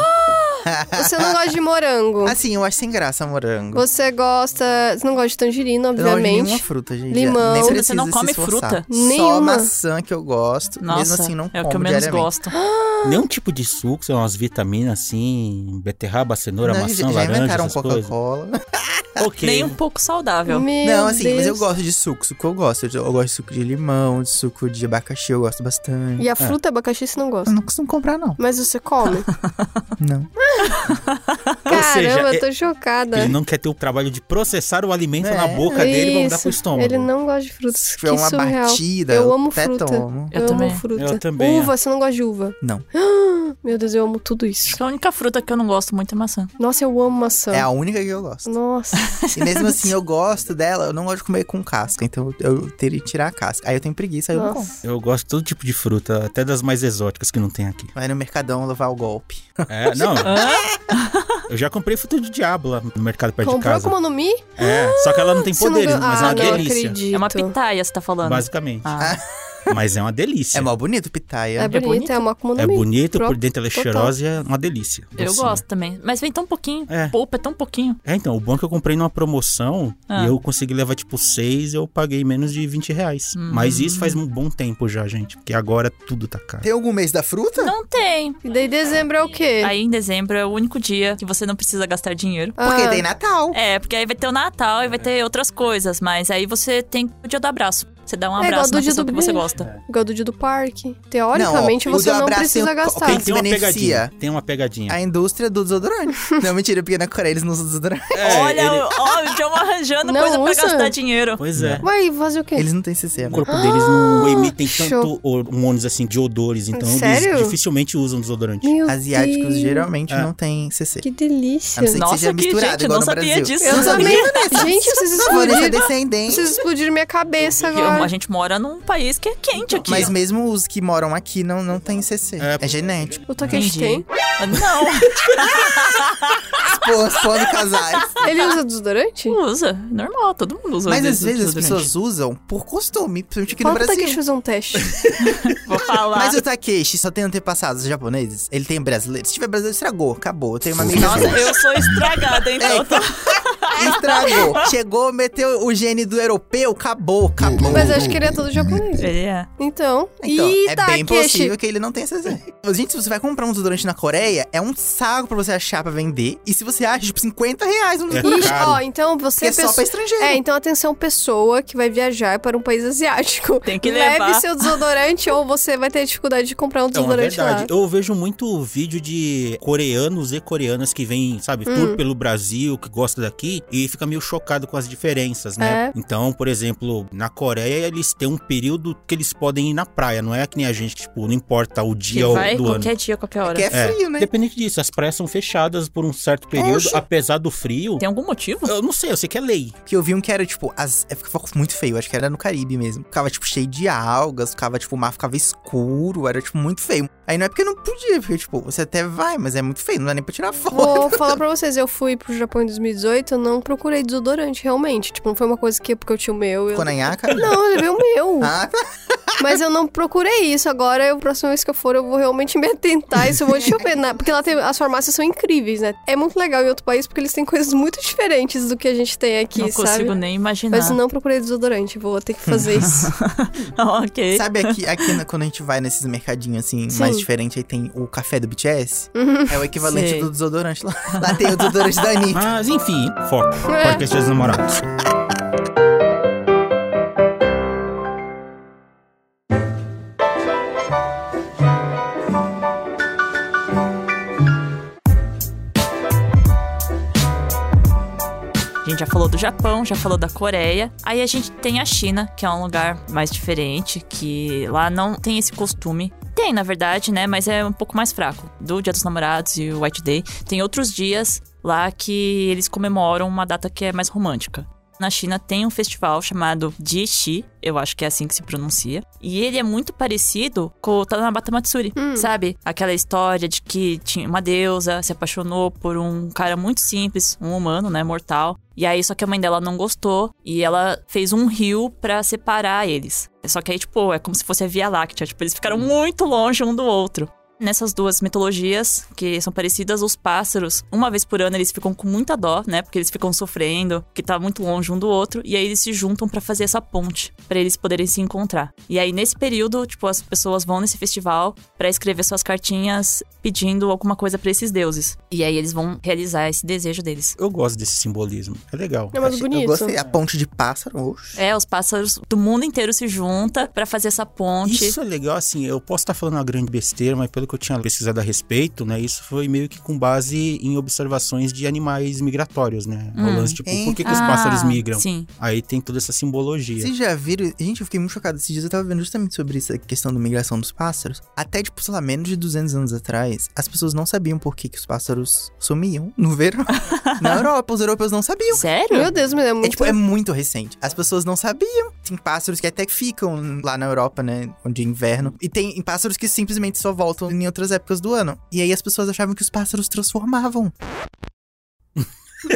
B: Você não gosta de morango.
C: Assim, eu acho sem graça morango.
B: Você gosta. Você não gosta de tangerina,
C: Eu não gosto de nenhuma
B: obviamente.
C: fruta, gente.
B: Limão.
C: Nem
B: Você
C: precisa
A: não
C: se
A: come
C: esforçar.
A: fruta?
C: Só
B: Nenhuma.
C: maçã que eu gosto.
A: Nossa,
C: mesmo assim, não
A: é o
C: como
A: que eu menos
C: diariamente.
A: gosto.
D: Nenhum tipo de suco, são umas vitaminas assim, beterraba, cenoura,
C: Não,
D: maçã,
C: já, já
D: laranja,
C: inventaram um
D: essas coisas.
C: Coca-Cola.
D: Ok.
A: Nem um pouco saudável.
B: Meu
C: Não, assim, mas eu
B: Deus.
C: gosto de suco. Suco eu gosto. Eu, eu gosto de suco de limão, de suco de abacaxi, eu gosto bastante. É.
B: E a fruta abacaxi você não
C: Ah. Eu
B: gosta.
C: não costumo comprar, não.
B: Mas você come.
C: Não.
D: Ou seja,
B: Caramba, eu
D: é-
B: tô chocada.
D: Ele não quer ter o trabalho de processar o alimento
C: É.
D: na boca dele pra mudar
B: Isso.
D: pro estômago.
B: Ele não gosta de frutas.
C: Se
B: que
C: tiver uma
B: surreal.
C: batida,
B: Eu amo
C: até
B: fruta.
C: tomo.
A: Eu
B: amo
A: também.
B: fruta.
D: Eu também, é.
B: Uva, você não gosta de uva?
C: Não.
B: Meu Deus, eu amo tudo
A: Acho
B: isso.
A: que a única fruta que eu não gosto muito é maçã.
B: Nossa, eu amo maçã.
C: É a única que eu gosto.
B: Nossa.
C: E mesmo assim, eu gosto dela, eu não gosto de comer com casca, então eu teria que tirar a casca. Aí eu tenho preguiça, aí eu não como.
B: nossa.
D: Eu gosto de todo tipo de fruta, até das mais exóticas que não tem aqui.
C: Vai no mercadão levar o golpe.
D: É, não. eu já comprei fruta de diabo lá no mercado perto de
B: Comprou
D: casa.
B: com o Nomi?
C: um
D: É, só que ela não tem
B: Você não
D: poderes,
B: gan-
D: mas é
B: ah,
D: uma
B: não
D: delícia.
B: acredito.
A: É uma pitaia, você tá falando.
D: Basicamente.
A: Ah,
D: Mas é uma delícia.
C: É mó bonito, pitaia.
B: É bonita,
A: bonito.
B: é uma Akuma no
D: É
B: Mi.
D: bonito,
B: Pro-
D: por dentro ela é
B: total.
D: cheirosa e é uma delícia.
A: eu
D: Docinha.
A: gosto também. Mas vem tão pouquinho.
D: É.
A: Poupa é tão pouquinho.
D: É, então, o bom é que eu comprei numa promoção
A: Ah.
D: e eu consegui levar tipo seis, eu paguei menos de 20 reais.
B: Hum.
D: Mas isso faz um bom tempo já, gente, porque agora tudo tá caro.
C: Tem algum mês da fruta?
A: Não tem.
B: E daí dezembro é o quê?
A: Aí em dezembro é o único dia que você não precisa gastar dinheiro.
C: Porque
B: Ah,
C: tem Natal.
A: É, porque aí vai ter o Natal e vai ter outras coisas, mas aí você tem o dia do abraço. Você dá um
B: É igual
A: abraço
B: do
A: na
B: dia
A: pessoa
B: do
A: que você
B: beijo.
A: gosta.
B: Igual do dia do parque. Teoricamente,
C: Não, ó, o
B: você
C: do
B: não
C: abraço
B: precisa
C: tem-
B: gastar.
C: tem que se
D: uma pegadinha.
C: beneficia.
D: Tem uma
B: É.
D: pegadinha.
C: A indústria do desodorante. não, mentira, porque na Coreia eles não usam desodorante.
D: É,
A: Olha,
D: ele-
A: ó, o John arranjando
B: Não
A: coisa
B: usa.
A: pra gastar dinheiro.
D: Pois é.
B: Ué, e fazer o quê?
C: Eles não têm CC,
D: O
C: né?
D: corpo deles não emitem
B: Ah, Show.
D: tanto hormônios assim de odores, então
B: Sério?
D: eles dificilmente usam desodorante.
B: Meu
C: Asiáticos
B: Deus,
C: geralmente
D: É.
C: não têm CC.
B: Que delícia.
C: A não ser que
A: Nossa,
C: seja
A: que
C: misturado,
A: gente, eu
C: igual
A: não
C: no
A: sabia
C: Brasil.
A: disso.
C: Eu
A: Eu
C: não sabia.
A: sabia.
B: Gente, vocês
C: Vanessa
B: explodiram.
C: descendente.
B: Vocês explodiram minha cabeça
A: Eu- a
B: agora.
A: gente mora num país que é quente aqui.
C: Mas mesmo os que moram aqui não, não tem CC.
D: É.
C: É, genético.
B: O Takeshi tem.
A: Entendi. Não,
C: Expô- Expondo casais.
B: Ele usa desodorante?
A: usa. Normal, todo mundo usa.
C: Mas às
A: des-
C: vezes as
A: desodorante.
C: pessoas usam por costume, principalmente aqui no
B: Fala pro
C: Brasil.
B: Takeshi fazer um teste.
A: Vou falar.
C: Mas o Takeshi só tem antepassados japoneses? Ele tem brasileiro? Se tiver brasileiro, estragou. Acabou. Eu tenho uma amiga
A: Nossa, eu sou estragada, então. tá-
C: Estragou. Chegou, meteu o gene do europeu, acabou, acabou.
B: Mas eu acho que ele é todo japonês.
A: Ele é.
B: Então,
C: Então,
B: e
C: é
B: Takeshi?
C: bem possível que ele não tenha CC. Gente, se você vai comprar um desodorante na Coreia, é um saco pra você achar pra vender. E se você acha, tipo, 50 reais um desodorante.
B: Ixi,
D: Caro.
B: ó, então
C: Que
B: você
C: é só pra
B: pessoa-
C: estrangeiro.
B: É, então atenção, pessoa que vai viajar para um país asiático.
A: Tem que
B: Leve
A: levar.
B: seu desodorante ou você vai ter dificuldade de comprar um
D: Então, é
B: desodorante
D: verdade.
B: lá.
D: Eu vejo muito vídeo de coreanos e coreanas que vêm, sabe,
A: Hum.
D: tour pelo Brasil, que gosta daqui e fica meio chocado com as diferenças,
A: É.
D: né? Então, por exemplo, na Coreia eles têm um período que eles podem ir na praia, não é que nem a gente, tipo, não importa o
A: Que
D: dia ou
A: vai
D: do ano.
A: qualquer dia, qualquer hora.
C: Que é frio, né?
D: Dependente disso, as praias são fechadas por um certo período,
C: Oxe.
D: apesar do frio.
A: Tem um- algum motivo?
D: Eu não sei, eu sei que é lei.
C: Que eu vi um que era, tipo, as... é, ficava muito feio, acho que era no Caribe mesmo. Ficava, tipo, cheio de algas, ficava, tipo, o mar ficava escuro, era, tipo, muito feio. Aí não é porque não podia, porque, tipo, você até vai, mas é muito feio, não dá nem pra tirar foto.
B: Vou falar pra vocês, eu fui pro Japão em 2018, eu não procurei desodorante, realmente. Tipo, não foi uma coisa que porque eu tinha o meu. eu-
C: Ficou na nhaca.
B: Não, eu levei o meu.
C: Ah, tá.
B: Mas eu não procurei isso. Agora, eu- a próxima vez que eu for, eu vou realmente me atentar. a Isso eu vou deixa eu ver. na- Porque lá tem, as farmácias são incríveis, né? É muito legal em outro país porque eles têm coisas muito diferentes do que a gente tem aqui,
A: não
B: sabe?
A: consigo nem imaginar.
B: Mas eu não procurei desodorante, vou ter que fazer isso.
A: ok.
C: Sabe aqui, aqui na- quando a gente vai nesses mercadinhos assim,
B: Sim.
C: mais diferente, aí tem o café do BTS? É o equivalente
A: Sei.
C: do desodorante lá. Lá tem o desodorante da Anitta.
D: Mas, enfim, foco.
A: É.
D: Podcast dos namorados.
A: A gente já falou do Japão, já falou da Coreia. Aí a gente tem a China, que é um lugar mais diferente, que lá não tem esse costume. Tem, na verdade, né? Mas é um pouco mais fraco. Do Dia dos Namorados e o White Day. Tem outros dias lá que eles comemoram uma data que é mais romântica. Na China tem um festival chamado Jiexi, eu acho que é assim que se pronuncia. E ele é muito parecido com o Tanabata Matsuri, sabe? Aquela história de que tinha uma deusa, se apaixonou por um cara muito simples, um humano, né, mortal. E aí, só que a mãe dela não gostou e ela fez um rio pra separar eles. Só que aí, tipo, é como se fosse a Via Láctea. Tipo, eles ficaram muito longe um do outro. Nessas duas mitologias, que são parecidas, os pássaros, uma vez por ano, eles ficam com muita dó, né? Porque eles ficam sofrendo, que tá muito longe um do outro, e aí eles se juntam pra fazer essa ponte, pra eles poderem se encontrar. E aí, nesse período, tipo, as pessoas vão nesse festival pra escrever suas cartinhas pedindo alguma coisa pra esses deuses. E aí eles vão realizar esse desejo deles.
D: Eu gosto desse simbolismo. É legal.
B: É mais
C: Achei-
B: bonito.
C: Eu gostei. A ponte de pássaro, oxe.
A: É, os pássaros do mundo inteiro se juntam pra fazer essa ponte.
D: Isso é legal, assim, eu posso estar falando uma grande besteira, mas pelo que eu tinha pesquisado a respeito, né? Isso foi meio que com base em observações de animais migratórios, né? O
A: Hum.
D: lance, tipo,
C: Hein?
D: por que, que os pássaros
A: Ah,
D: migram?
A: Sim.
D: Aí tem toda essa simbologia.
C: Vocês já viram? Gente, eu fiquei muito chocado. Esses dias eu tava vendo justamente sobre essa questão da migração dos pássaros. Até, tipo, sei lá, menos de 200 anos atrás, as pessoas não sabiam por que, que os pássaros sumiam no verão. Na Europa, os europeus não sabiam.
A: Sério?
B: Meu Deus, menina, é muito...
C: É, tipo, é muito recente. As pessoas não sabiam. Tem pássaros que até ficam lá na Europa, né? Onde é inverno. E tem pássaros que simplesmente só voltam em outras épocas do ano. E aí as pessoas achavam que os pássaros transformavam.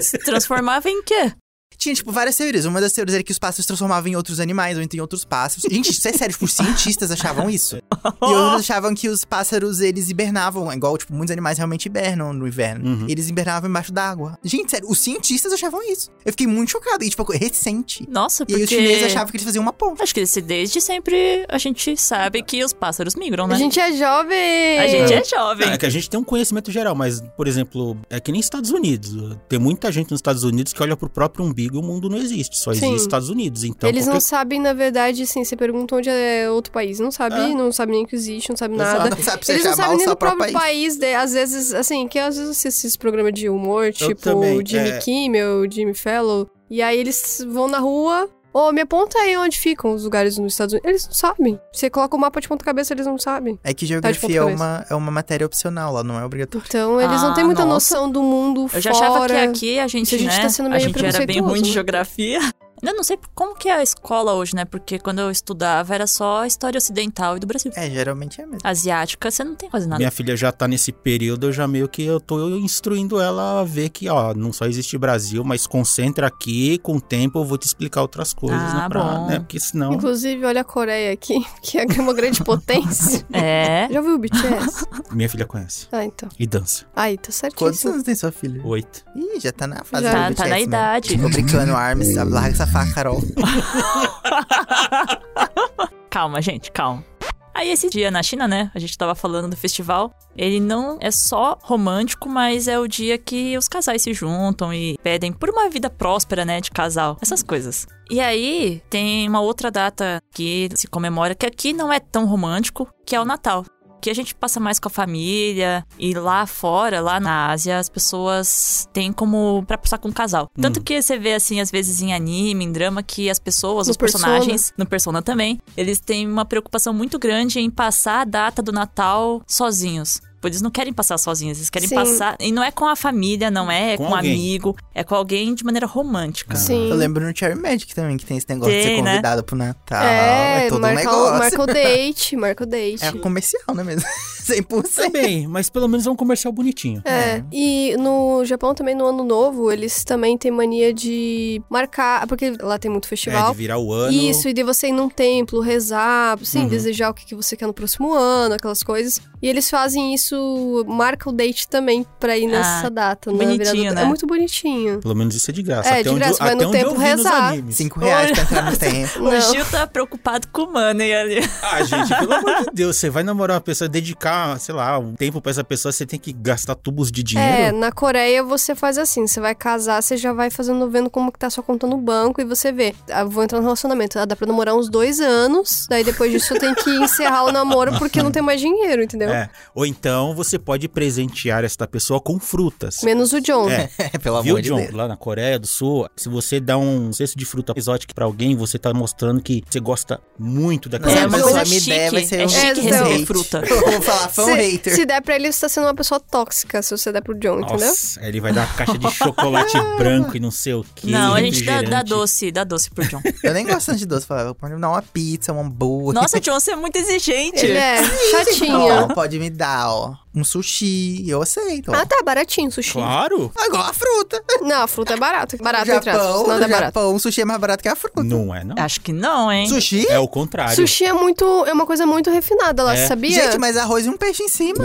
A: Se transformava em quê?
C: Tinha, tipo, várias teorias. Uma das teorias era que os pássaros transformavam em outros animais ou então em outros pássaros. Gente, isso é sério. Tipo, os cientistas achavam isso. E outros achavam que os pássaros, eles hibernavam. Igual, tipo, muitos animais realmente hibernam no inverno.
D: Uhum.
C: Eles hibernavam embaixo d'água. Gente, sério, os cientistas achavam isso. Eu fiquei muito chocado. E, tipo, recente.
A: Nossa,
C: E aí
A: porque...
C: os chineses achavam que eles faziam uma ponte.
A: Acho que se- desde sempre a gente sabe que os pássaros migram, né?
B: Então. A gente é jovem!
A: A gente é
D: Não,
A: jovem.
D: É que a gente tem um conhecimento geral, mas, por exemplo, é que nem Estados Unidos. Tem muita gente nos Estados Unidos que olha pro próprio umbigo e o mundo não existe. Só
B: Sim.
D: existe Estados Unidos. Então,
B: Eles não
D: qualquer...
B: sabem, na verdade, assim, você pergunta onde é outro país. Não sabe,
D: É.
B: não sabe nem que existe, não sabe
C: Exato,
B: nada.
C: Não sabe é se
B: Eles não
C: chamar
B: sabem
C: o
B: nem
C: seu
B: do
C: próprio
B: próprio
C: país.
B: país. de- às vezes, assim, que às vezes eu assisto esses programas de humor, tipo
D: também,
B: o Jimmy
D: é.
B: Kimmel, o Jimmy Fallon. E aí eles vão na rua. Ô, me aponta aí onde ficam os lugares nos Estados Unidos. Eles não sabem. Você coloca o mapa de ponta cabeça, eles não sabem.
A: Tá
C: É que
B: de ponta
C: geografia é,
B: cabeça.
C: uma, é uma matéria opcional, lá não é obrigatório.
B: Então, eles não
A: Ah,
B: têm muita
A: nossa.
B: noção do mundo
A: Eu já
B: fora.
A: achava que aqui a gente,
B: a gente
A: né,
B: tá sendo
A: a
B: meio
A: gente era bem
B: preconceituoso,
A: ruim de
B: né?
A: geografia. Eu não sei como que é a escola hoje, né? Porque quando eu estudava era só história ocidental e do Brasil.
C: É, geralmente é mesmo.
A: Asiática, você não tem quase nada.
D: Minha filha já tá nesse período, eu já meio que eu tô instruindo ela a ver que, ó, não só existe Brasil, mas concentra aqui, com o tempo eu vou te explicar outras coisas,
A: Ah,
D: né? pra-
A: bom.
D: né? Porque senão.
B: Inclusive, olha a Coreia aqui, que é uma grande potência.
A: É.
B: Já viu o BTS?
D: Minha filha conhece.
B: Ah, então.
D: E dança.
B: Aí, tá
C: Quantos
B: certíssimo.
C: anos tem sua filha?
D: Oito.
C: Ih, já tá na fase
B: Já.
C: do
A: Tá, tá na
C: BTS, né?
A: idade.
C: Tô brincando, Arms, sabe? larga essa faca, Carol.
A: Calma, gente, calma. Aí esse dia na China, né? A gente tava falando do festival. Ele não é só romântico, mas é o dia que os casais se juntam e pedem por uma vida próspera, né? De casal. Essas coisas. E aí tem uma outra data que se comemora, que aqui não é tão romântico, que é o Natal. Que a gente passa mais com a família. E lá fora, lá na Ásia, as pessoas têm como pra passar com o casal. Tanto que você vê, assim, às vezes em anime, em drama, que as pessoas,
B: No
A: os
B: Persona.
A: personagens no Persona também, eles têm uma preocupação muito grande em passar a data do Natal sozinhos. Tipo, Eles não querem passar sozinhos, eles querem
B: Sim.
A: passar. E não é com a família, não é, é
D: Com
A: com, um
D: alguém.
A: amigo, é com alguém de maneira romântica.
B: Sim.
C: Eu lembro no Cherry Magic também, que tem esse negócio de ser
A: Tem, né?
C: convidado pro Natal. É,
B: É,
C: todo um
B: marca, o,
C: negócio.
B: marca o date, marca o date.
C: É comercial, né mesmo? 100%.
D: Também, mas pelo menos é um comercial bonitinho.
B: É, e no Japão também, no Ano Novo, eles também têm mania de marcar, porque lá tem muito
D: É,
B: festival.
D: de virar o ano.
B: Isso, e de você ir num templo, rezar, sim,
D: Uhum.
B: desejar o que que você quer no próximo ano, aquelas coisas. E eles fazem isso, marca o date também pra ir nessa
A: Ah,
B: data. na
A: bonitinho,
B: virada do-
A: né?
B: É muito bonitinho.
D: Pelo menos isso é de graça.
B: É,
D: até
B: de
D: onde,
B: graça,
D: eu,
B: mas
D: até
B: no
D: onde eu
B: tempo
D: vi
B: rezar.
D: nos animes.
C: 5 reais pra entrar no tempo.
A: O
B: Não.
A: Gil tá preocupado com o money ali.
D: Ah, gente, pelo amor de Deus, você vai namorar uma pessoa, dedicar, sei lá, um tempo pra essa pessoa, você tem que gastar tubos de
B: É,
D: dinheiro.
B: na Coreia você faz assim, você vai casar, você já vai fazendo, vendo como que tá sua conta no banco e você vê. Ah, vou entrar no relacionamento. Ah, dá pra namorar uns dois anos, daí depois disso eu tenho que encerrar o namoro porque não tem mais dinheiro, entendeu?
D: É. Ou então você pode presentear esta pessoa com frutas.
B: Menos o John.
D: É.
C: É, pelo amor
D: Viu,
C: de
D: John?
C: Deus.
D: Lá na Coreia do Sul, se você dá um cesto de fruta exótica pra alguém, você tá mostrando que você gosta muito daquela
A: É,
C: Se a
A: uma
C: pessoa
A: coisa
C: me der,
A: chique.
C: vai ser
A: É
C: um
A: chique
B: receber
C: hate.
A: fruta.
C: Eu vou falar, fã um
B: se,
C: hater.
B: se der pra ele, você tá sendo uma pessoa tóxica se você der pro John, entendeu?
D: Nossa, aí ele vai dar uma caixa de chocolate branco e não sei o que.
A: não, a gente dá, dá
D: refrigerante.
A: doce, dá doce pro John.
C: Eu nem gosto tanto de doce. Falava, pode me dar uma pizza, um hambúrguer.
A: Nossa, John, você é muito exigente.
B: Ele é
C: Tipo, Ó,
B: chatinho.
C: pode me dar, ó, um sushi. Eu aceito, ó.
B: Ah, tá, baratinho o sushi.
D: Claro!
C: Ah, Igual a fruta.
B: Não, a fruta é barato. Barato,
C: no
B: entre aspas.
C: Japão,
B: Nada é
C: no
B: barato.
C: Japão, o sushi é mais barato que a fruta.
D: Não é, não.
A: Acho que não, hein?
C: Sushi?
D: É o contrário.
B: Sushi é muito. É uma coisa muito refinada lá,
D: É.
B: você sabia?
C: Gente, mas arroz e um peixe em cima.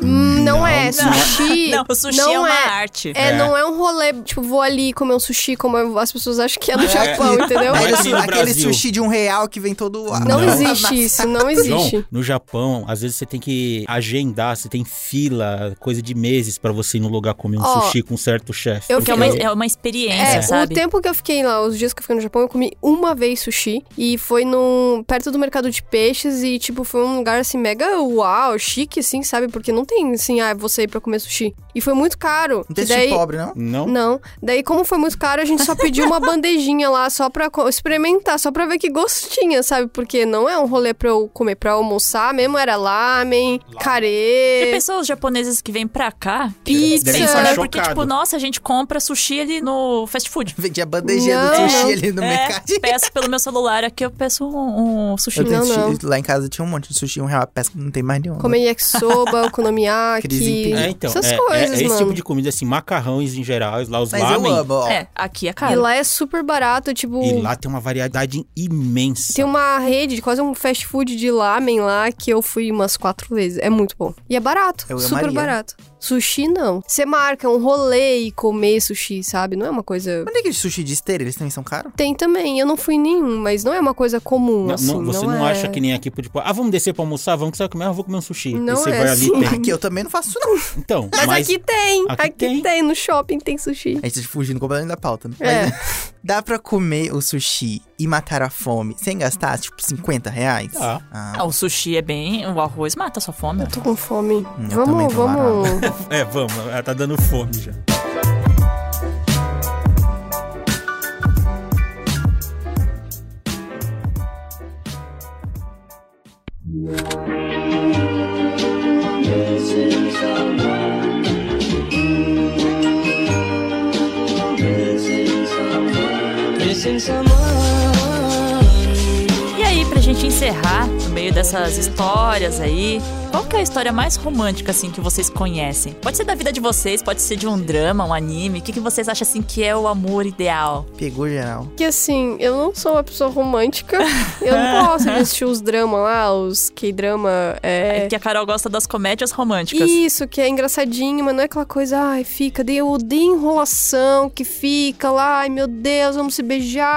B: Hum, não, é.
D: Não,
B: Sushi.
A: Não, o sushi
B: não
A: é uma arte.
B: É,
D: É.
B: não é um rolê, tipo, vou ali comer um sushi como eu- as pessoas acham que é no Japão, entendeu?
D: Não é
C: Aquele,
D: que nem no
C: aquele
D: Brasil.
C: sushi de um real que vem todo...
B: Não
D: Não.
B: existe isso, não
D: João,
B: existe.
D: no Japão, às vezes você tem que agendar, você tem fila, coisa de meses pra você ir no lugar comer um
B: Ó,
D: sushi com um certo chefe.
B: eu
A: Porque
D: porque
A: é uma,
D: eu-
A: é uma experiência,
B: É,
A: sabe?
B: o tempo que eu fiquei lá, os dias que eu fiquei no Japão, eu comi uma vez sushi. E foi num, perto do mercado de peixes e, tipo, foi um lugar, assim, mega uau, chique, assim, sabe? Porque não tem, assim, ah, você ir pra comer sushi. E foi muito caro.
C: Não tem
B: E daí,
C: sushi pobre, não?
D: Não?
B: Não. Daí, como foi muito caro, a gente só pediu uma bandejinha lá, só pra co- experimentar, só pra ver que gostinha, sabe? Porque não é um rolê pra eu comer pra almoçar mesmo, era lamen,
A: Tem
B: carê,
A: pessoas japonesas que vêm pra cá
B: pizza.
D: Devem
A: pensam,
D: estar
A: né?
D: chocadas.
A: Porque, tipo, nossa, a gente compra sushi ali no fast food.
C: Vendia bandejinha do
B: Não,
C: sushi
B: não.
C: ali no
A: é,
C: mercado.
A: peço pelo meu celular aqui, eu peço um, um sushi.
C: Eu tenho
B: Não, não.
C: sushi- Lá em casa tinha um monte de sushi, um real a peça, não tem mais nenhum. né?
B: Comer yakisoba,
C: Crise
B: okonomiyaki,
C: impedida.
D: É, então.
B: essas
D: é,
B: coisas,
D: é- é esse
B: mano.
D: tipo de comida, assim, macarrões em geral, lá os
C: Mas
D: lamen.
C: eu amo, ó.
A: É, aqui é
B: E
A: caro.
B: lá é super barato, tipo...
D: E lá tem uma variedade imensa.
B: Tem uma rede, quase um fast food de lamen lá, que eu fui umas quatro vezes. É muito bom. E é barato,
C: Eu
B: super
C: amaria.
B: barato. Sushi, não. Você marca um rolê e comer sushi, sabe? Não é uma coisa...
C: Onde é que sushi de esteira? Eles também são caros?
B: Tem também, eu não fui em nenhum, mas não é uma coisa comum,
D: Não,
B: assim.
D: não, você não,
B: é...
D: acha que nem aqui, tipo, ah, vamos descer pra almoçar, vamos que você vai comer, ah, eu vou comer um sushi.
B: Não
D: e você
B: é
D: vai
B: assim.
D: ali tem.
C: Aqui eu também não faço, não.
D: Então,
B: Mas, aqui tem,
D: aqui
B: aqui,
D: tem.
B: tem. no shopping tem sushi.
C: A gente tá fugindo completamente da pauta, né?
B: É.
C: Mas, dá pra comer o sushi e matar a fome sem gastar, tipo, 50 reais?
D: Tá.
C: Ah,
A: Ah, o sushi é bem. O arroz mata a sua fome.
B: Tô com fome.
C: eu também
B: vamos,
C: tô
B: vamos.
D: É, vamos, ela tá dando fome já.
A: E aí, pra gente encerrar, no meio dessas histórias aí, qual que é a história mais romântica, assim, que vocês conhecem? Pode ser da vida de vocês, pode ser de um drama, um anime. O que, que vocês acham, assim, que é o amor ideal?
C: pegou geral.
B: Que assim, eu não sou uma pessoa romântica. Eu não gosto de assistir os dramas lá, os K-drama. É...
A: É. Que a Carol gosta das comédias românticas.
B: Isso, que é engraçadinho, mas não é aquela coisa, ai, fica, daí eu odeio enrolação que fica lá, ai meu Deus, vamos se beijar,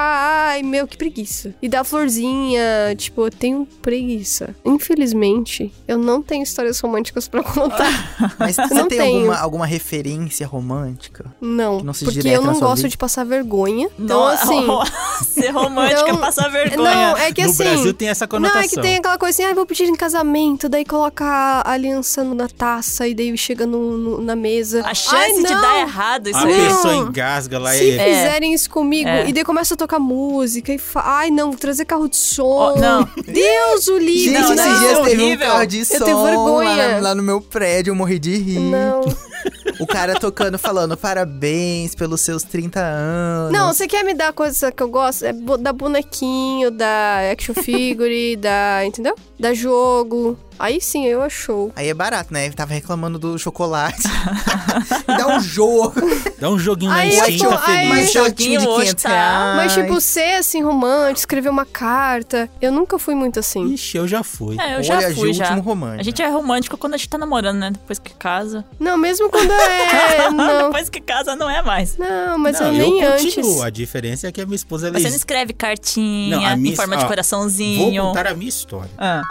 B: ai meu, que preguiça. E da florzinha, tipo, eu tenho preguiça. Infelizmente, eu não tenho histórias românticas pra contar.
C: Mas você
B: Não
C: tem
B: tenho.
C: alguma, alguma referência romântica?
B: Não,
C: Que não se
B: porque
C: direta
B: eu
C: na
B: não
C: sua
B: gosto
C: vida.
B: de passar vergonha. Então,
A: Não, é
B: assim.
A: ser romântica
B: Não,
A: passa vergonha.
B: Não, é que
D: no
B: assim.
D: Brasil tem essa
B: Não,
D: conotação.
B: é que tem aquela coisa assim, ah, vou pedir em casamento, daí coloca a aliança na taça e daí chega no- no- na mesa.
A: A
B: Ai,
A: chance de
B: não,
A: dar errado isso
D: A
A: aí.
D: pessoa engasga lá
B: assim, Se
D: e...
A: É.
B: fizerem isso comigo,
A: É.
B: e daí começa a tocar música e fa... Ai, não, vou trazer carro de som.
A: Oh, não.
B: Deus, o livro.
C: Gente,
A: não,
C: esses
A: não,
C: dias
A: é
C: teve um
A: horrível.
C: carro de som
B: Eu tenho vergonha.
C: Lá, lá no meu prédio, eu morri de rir.
B: Não.
C: O cara tocando, falando parabéns pelos seus 30 anos.
B: Não, você quer me dar coisa que eu gosto? É bo- da bonequinho, da action figure, da. Entendeu? Da jogo. Aí sim, eu achou.
C: Aí é barato, né? Ele tava reclamando do chocolate. Dá um jogo.
D: Dá um joguinho lá em
B: Aí tipo, eu
D: cima,
B: tô-
D: tá feliz.
B: aí-
C: Mas joguinho de
A: hoje
C: 500
A: tá-
C: reais.
B: Mas, tipo, ser assim romântico, escrever uma carta. Eu nunca fui muito assim.
D: Ixi, eu já fui.
A: É, eu
C: Olha,
A: já
C: Ju,
A: fui já.
C: último romântico.
A: A gente é romântico quando a gente tá namorando, né? Depois que casa.
B: Não, mesmo quando é. Não.
A: Depois que casa não é mais.
B: Não, mas
D: não,
B: eu nem antes.
D: continuo. A diferença é que a minha esposa, ela...
A: Você não escreve cartinha
D: Não, a minha-
A: em forma
D: ó,
A: de
D: Vou
A: coraçãozinho.
D: contar a minha história.
A: Ah.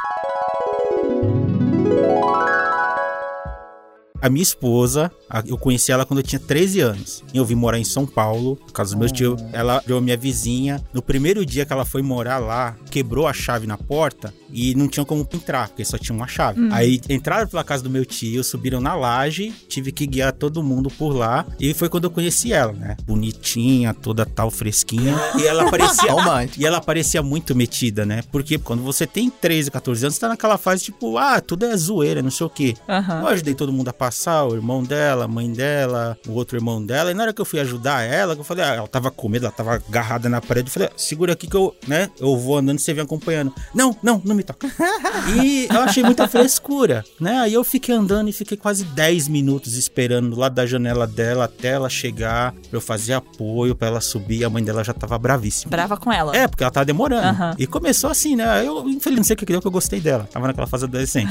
D: A minha esposa, a- eu conheci ela quando eu tinha 13 anos. E eu vim morar em São Paulo, por causa dos meus tios. Ela virou minha vizinha. No primeiro dia que ela foi morar lá, quebrou a chave na porta e não tinha como entrar, porque só tinha uma chave. Aí entraram pela casa do meu tio, subiram na laje, tive que guiar todo mundo por lá. E foi quando eu conheci ela, né? Bonitinha, toda tal, fresquinha. E ela parecia.
C: Romântico.
D: E ela parecia muito metida, né? Porque quando você tem 13, 14 anos, você tá naquela fase tipo, ah, tudo é zoeira, não sei o quê.
A: Aham.
D: Eu ajudei todo mundo a passar, o irmão dela, a mãe dela, o outro irmão dela. E na hora que eu fui ajudar ela, que eu falei, ah, ela tava com medo, ela tava agarrada na parede. Eu falei, ah, segura aqui que eu, né, eu vou andando e você vem acompanhando. Não, não, não me toca. e eu achei muita frescura, né? Aí eu fiquei andando e fiquei quase 10 minutos esperando lá da janela dela até ela chegar, pra eu fazer apoio, pra ela subir. A mãe dela já tava bravíssima.
A: Brava com ela.
D: É, porque ela tava demorando.
A: Aham.
D: E começou assim, né? Eu, infelizmente, não sei o que deu que eu gostei dela. Tava naquela fase adolescente.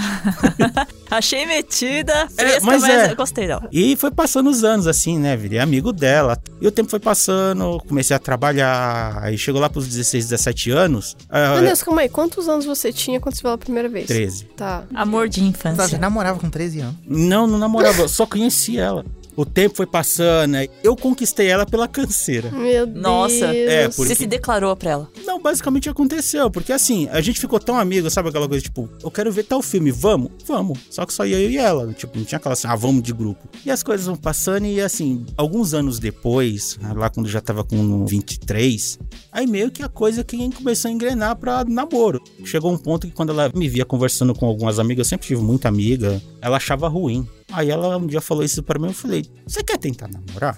A: Achei metida,
D: É,
A: fresca,
D: mas
A: mas,
D: é.
A: eu gostei dela.
D: E foi passando os anos assim, né? Virei amigo dela. E o tempo foi passando, comecei a trabalhar. Aí chegou lá pros 16, 17 anos. ah,
B: Meu Deus, calma aí. Quantos anos você tinha quando você viu ela a primeira vez?
D: 13.
B: Tá.
A: Amor de
C: Ela já
A: infância.
C: namorava com 13 anos.
D: Não, não namorava, só conheci ela. O tempo foi passando, aí eu conquistei ela pela canseira.
B: Meu
A: Nossa.
B: Deus.
D: É, por-
A: Você se declarou pra ela.
D: Não, basicamente aconteceu, porque assim, a gente ficou tão amigo, sabe aquela coisa, tipo, eu quero ver tal filme, vamos? Vamos. Só que só ia eu e ela, tipo, não tinha aquela assim, ah, vamos de grupo. E as coisas vão passando e assim, alguns anos depois, lá quando já tava com 23, aí meio que a coisa que começou a engrenar pra namoro. Chegou um ponto que quando ela me via conversando com algumas amigas, eu sempre tive muita amiga, ela achava ruim. Aí ela um dia falou isso pra mim, eu falei, você quer tentar namorar?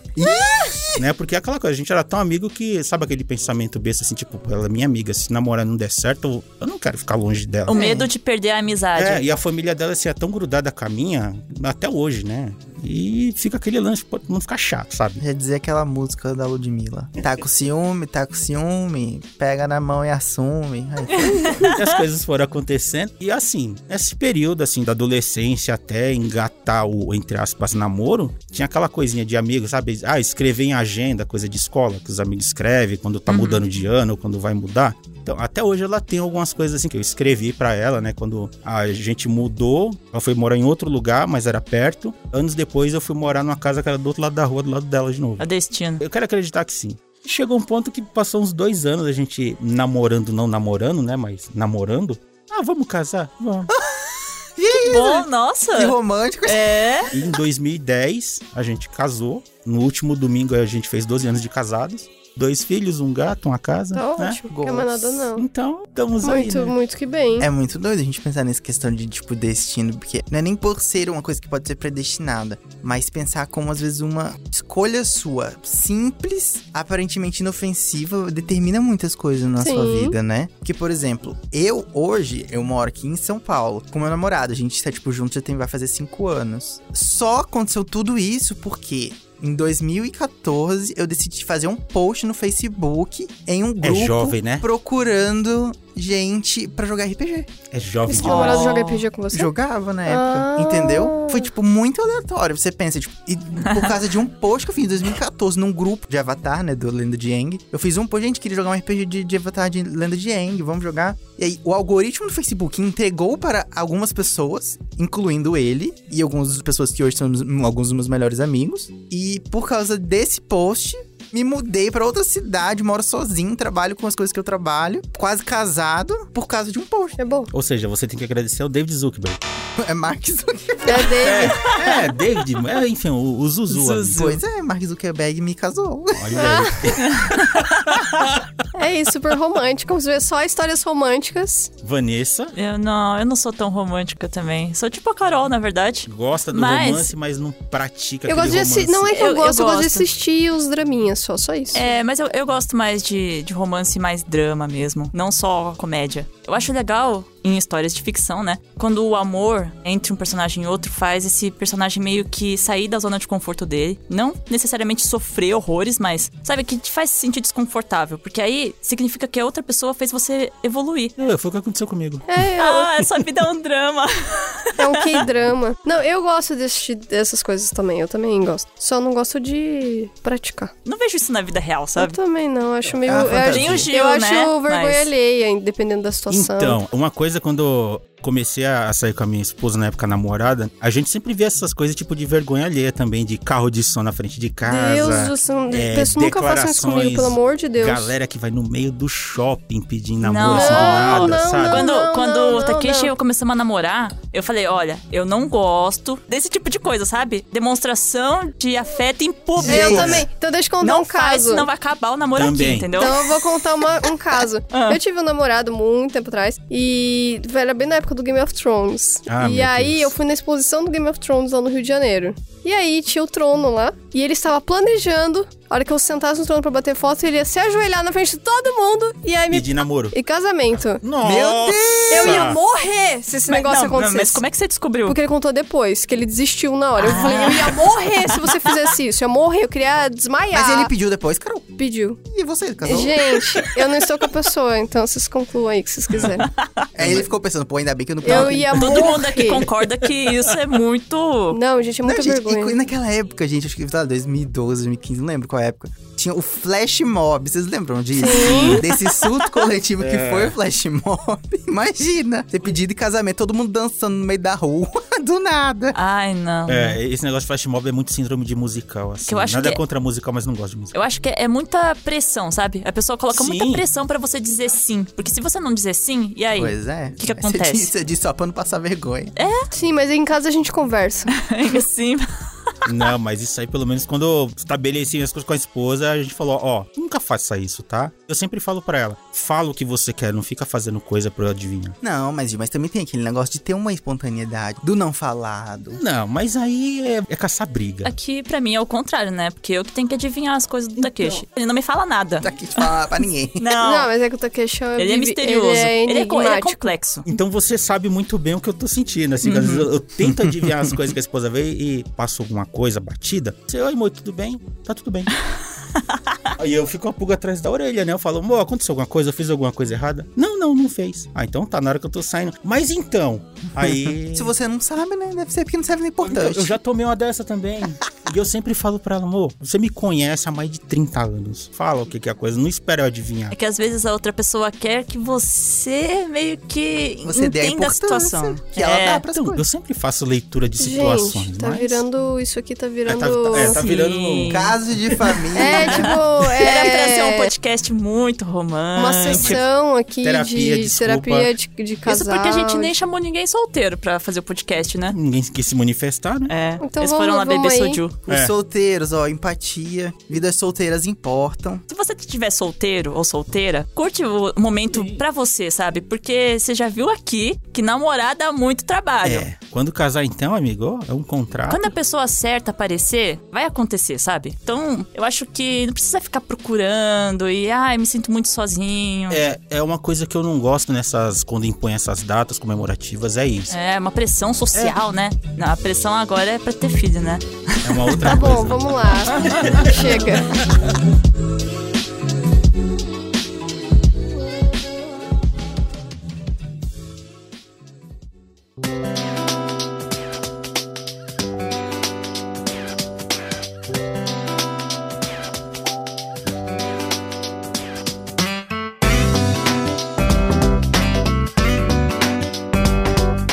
D: né? Porque é aquela coisa, a gente era tão amigo que, sabe aquele pensamento besta assim, tipo, pô, ela é minha amiga, se namorar não der certo, eu- eu não quero ficar longe dela.
A: O medo de perder a amizade.
D: É, e a família dela assim, é tão grudada com a minha, até hoje, né? E fica aquele lance, pô, não ficar chato, sabe?
C: Já dizia aquela música da Ludmilla. Tá com ciúme, tá com ciúme, pega na mão e assume. Aí,
D: E as coisas foram acontecendo. E assim, nesse período, assim, da adolescência até engatar o, entre aspas, namoro, tinha aquela coisinha de amigo, sabe? Ah, escrever em agenda, coisa de escola, que os amigos escrevem quando tá mudando de ano, quando vai mudar. Então, até hoje ela tem algumas coisas assim que eu escrevi pra ela, né? Quando a gente mudou, ela foi morar em outro lugar, mas era perto. Anos depois eu fui morar numa casa que era do outro lado da rua, do lado dela de novo.
A: A É destino.
D: Eu quero acreditar que sim. Chegou um ponto que passou uns dois anos a gente namorando, não namorando, né? Mas namorando. Ah, vamos casar? Vamos.
A: Bom, nossa.
C: que romântico.
A: É.
D: E em 2010, a gente casou. No último domingo, a gente fez 12 anos de casados. Dois filhos, um gato, uma casa.
B: Tá
D: né?
C: tipo,
B: ótimo. Não quer mais nada, não.
D: Então, estamos
B: Muito,
D: aí. né?
B: muito que bem.
C: É muito doido a gente pensar nessa questão de, tipo, destino, porque não é nem por ser uma coisa que pode ser predestinada, mas pensar como, às vezes, uma escolha sua, simples, aparentemente inofensiva, determina muitas coisas na sua
B: Sim.
C: vida, né? Porque, por exemplo, eu, hoje, eu moro aqui em São Paulo, com meu namorado, a gente tá, tipo, junto já tem, vai fazer cinco anos. Só aconteceu tudo isso porque... Em 2014, eu decidi fazer um post no Facebook em um
D: É
C: grupo
D: jovem, né?
C: procurando gente pra jogar RPG.
D: É jovem
B: Esse
A: Ó.
D: demais.
B: namorado joga RPG com você?
C: Jogava na época,
B: Ah.
C: entendeu? Foi, tipo, muito aleatório. Você pensa, tipo, e por causa de um post que eu fiz em 2014, num grupo de Avatar, né, do Lenda de Aang. Eu fiz um post, gente, queria jogar um RPG de, de Avatar de Lenda de Aang, vamos jogar. E aí, o algoritmo do Facebook entregou para algumas pessoas, incluindo ele, e algumas pessoas que hoje são os- alguns dos meus melhores amigos. E por causa desse post, me mudei pra outra cidade, moro sozinho, trabalho com as coisas que eu trabalho, quase casado, por causa de um post.
B: É bom.
D: Ou seja, você tem que agradecer ao David Zuckerberg.
C: É Mark Zuckerberg.
B: É dele.
D: É, David, é, enfim, o, o Zuzu.
A: Zuzu.
D: amigo.
C: Pois é, Mark Zuckerberg me casou.
D: Olha aí.
B: Ah. É isso, super romântico. Vamos ver só histórias românticas.
D: Vanessa
A: Eu não, eu não sou tão romântica também. Sou tipo a Carol, na verdade.
D: gosta do
A: Mas-
D: romance, mas não pratica
B: Eu
D: aquele
B: gosto de
D: romance.
B: assistir. Não é que eu,
A: Eu- eu
B: gosto, eu gosto de
A: gosto.
B: assistir os draminhas só, só isso.
A: É, mas eu, eu gosto mais de, de romance e mais drama mesmo, não só comédia. Eu acho legal em histórias de ficção, né? Quando o amor entre um personagem e outro faz esse personagem meio que sair da zona de conforto dele. Não necessariamente sofrer horrores, mas sabe, que te faz se sentir desconfortável. Porque aí significa que a outra pessoa fez você evoluir.
D: É, foi o que aconteceu comigo.
B: É,
A: Ah, essa vida é um drama.
B: é um K-drama. Não, eu gosto de assistir dessas coisas também. Eu também gosto. Só não gosto de praticar.
A: Não vejo isso na vida real, sabe?
B: Eu também não. Acho meio.
C: uma
B: eu acho,
C: fantasia.
A: Nem o Gil,
B: eu
A: né?
B: acho vergonha
A: Mas-
B: alheia, dependendo da situação.
D: Então, uma coisa quando eu comecei a sair com a minha esposa na época namorada, a gente sempre via essas coisas tipo de vergonha alheia também, de carro de som na frente de casa.
B: Deus do céu.
D: é,
B: pessoa, nunca façam isso comigo,
D: declarações,
B: pelo amor de Deus.
D: Galera que vai no meio do shopping pedindo namoro
A: Não,
D: assim do nada,
B: não,
D: sabe?
B: não.
A: Quando, quando
B: não,
A: o Takeshi
B: não.
A: e eu começamos a namorar, eu falei, olha, eu não gosto desse tipo de coisa, sabe? Demonstração de afeto em público.
B: Eu também. Então deixa eu contar
A: Não
B: um
A: faz,
B: caso.
A: senão vai acabar o namoro
D: Também.
A: aqui, entendeu?
B: Então eu vou contar uma- um caso.
A: Ah.
B: Eu tive um namorado muito tempo atrás e velho, era bem na época do Game of Thrones.
D: Ah,
B: e
D: meu
B: aí
D: Deus.
B: eu fui na exposição do Game of Thrones lá no Rio de Janeiro. E aí tinha o trono lá e ele estava planejando a hora que eu sentasse no trono pra bater foto, ele ia se ajoelhar na frente de todo mundo e aí me
D: Pedir namoro.
B: e casamento.
D: Nossa!
B: Eu ia morrer se esse negócio
A: não,
B: acontecesse.
A: Mas como é que você descobriu?
B: Porque ele contou depois, que ele desistiu na hora. Eu
A: Ah.
B: falei, eu ia morrer se você fizesse isso. Eu ia morrer, eu queria desmaiar.
C: Mas ele pediu depois, Carol.
B: pediu.
C: E você,
A: Tá
C: casou?
B: Gente, eu não estou com a pessoa, então vocês concluam aí o que vocês quiserem.
C: Aí ele ficou pensando, pô, ainda bem bem que eu não
B: Eu ia
A: Todo
B: morrer.
A: mundo aqui concorda que isso é muito.
B: Não, gente, é
C: Não,
B: muita
C: gente,
B: vergonha.
A: né?
C: e naquela época, gente, acho que sei lá, 2012, 2015, não lembro qual época. Tinha o Flash Mob, vocês lembram disso? Desse surto coletivo que foi o Flash Mob. Imagina, ter pedido em casamento, todo mundo dançando no meio da rua, do nada.
A: Ai, não.
D: É, esse negócio de flash mob é muito síndrome de musical, assim.
A: Que eu acho
D: Nada
A: que é-
D: contra musical, mas não gosto de musical.
A: Eu acho que é, é muita pressão, sabe? A pessoa coloca muita
D: Sim.
A: pressão pra você dizer sim. Porque se você não dizer sim, e aí?
C: Pois é.
A: O que, que
C: Você disse-
A: acontece? É?
C: Você disse só pra não passar vergonha.
B: Sim, mas em casa a gente conversa.
A: sim.
D: Não, mas isso aí, pelo menos, quando eu estabeleci as coisas com a esposa, a gente falou, ó, nunca faça isso, tá? Eu sempre falo pra ela, fala o que você quer, não fica fazendo coisa pra eu adivinhar.
C: Não, mas, mas também tem aquele negócio de ter uma espontaneidade, do não falado.
D: Não, mas aí é, é caçar briga.
A: Aqui, pra mim, é o contrário, né? Porque eu que tenho que adivinhar as coisas do Takeshi. Ele não me fala nada.
C: Tá aqui de falar pra ninguém.
A: Não.
B: Então. Não, mas é que o Takeshi
A: Ele é
B: vive-
A: misterioso.
B: Ele é
A: co- ele é
B: enigmático.
A: complexo.
D: Então você sabe muito bem o que eu tô sentindo, assim, que às vezes eu, eu tento adivinhar as coisas que a esposa vê e passo alguma coisa batida. Você, oi, amor, tudo bem? Tá tudo bem. Aí eu fico com a pulga atrás da orelha, né? Eu falo, amor, aconteceu alguma coisa? Eu fiz alguma coisa errada? Não, não, não fez. Ah, então tá, na hora que eu tô saindo. Mas então, aí...
C: Se você não sabe, né? Deve ser porque não serve nem
D: Então, Eu,
C: importante.
D: eu já tomei uma dessa também. e eu sempre falo pra ela, amor, você me conhece há mais de 30 anos. Fala o que, que é a coisa, não espera eu adivinhar.
A: É que às vezes a outra pessoa quer que você meio que
C: Você dê a
A: entenda a,
C: importância
A: situação.
C: que ela
A: é.
C: dá pras
D: Então, eu
C: coisas.
D: sempre faço leitura de situações,
B: Gente, tá
D: mas...
B: virando. Isso aqui tá
D: É,
B: virando.
D: tá, tá- é, tá
A: Sim.
D: virando um
C: Caso de família.
B: É, tipo.
A: Era pra
B: É...
A: ser um podcast muito romântico.
B: Uma sessão aqui
D: tipo, Terapia,
B: de
D: desculpa.
B: terapia de, de casal.
A: Isso é porque a gente nem chamou ninguém solteiro pra fazer o podcast, né?
D: Ninguém quis se manifestar, né?
A: É.
B: Então
A: Eles
B: vamos-
A: foram lá
B: vamos
A: beber
B: aí.
A: soju.
C: Os
D: É.
C: solteiros, ó, empatia. Vidas solteiras importam.
A: Se você estiver solteiro ou solteira, curte o momento pra você, sabe? Porque você já viu aqui que namorada dá muito trabalho.
D: É. Quando casar, então, amigo, ó, é um contrato.
A: Quando a pessoa certa aparecer, vai acontecer, sabe? Então, eu acho que não precisa ficar procurando e, ai, me sinto muito sozinho.
D: É, é uma coisa que eu não gosto nessas. Quando impõe essas datas comemorativas, é isso.
A: É, uma pressão social, né? Não, a pressão agora é pra ter filho, né?
D: É uma outra
B: Tá
D: coisa.
B: bom, vamos lá. Chega.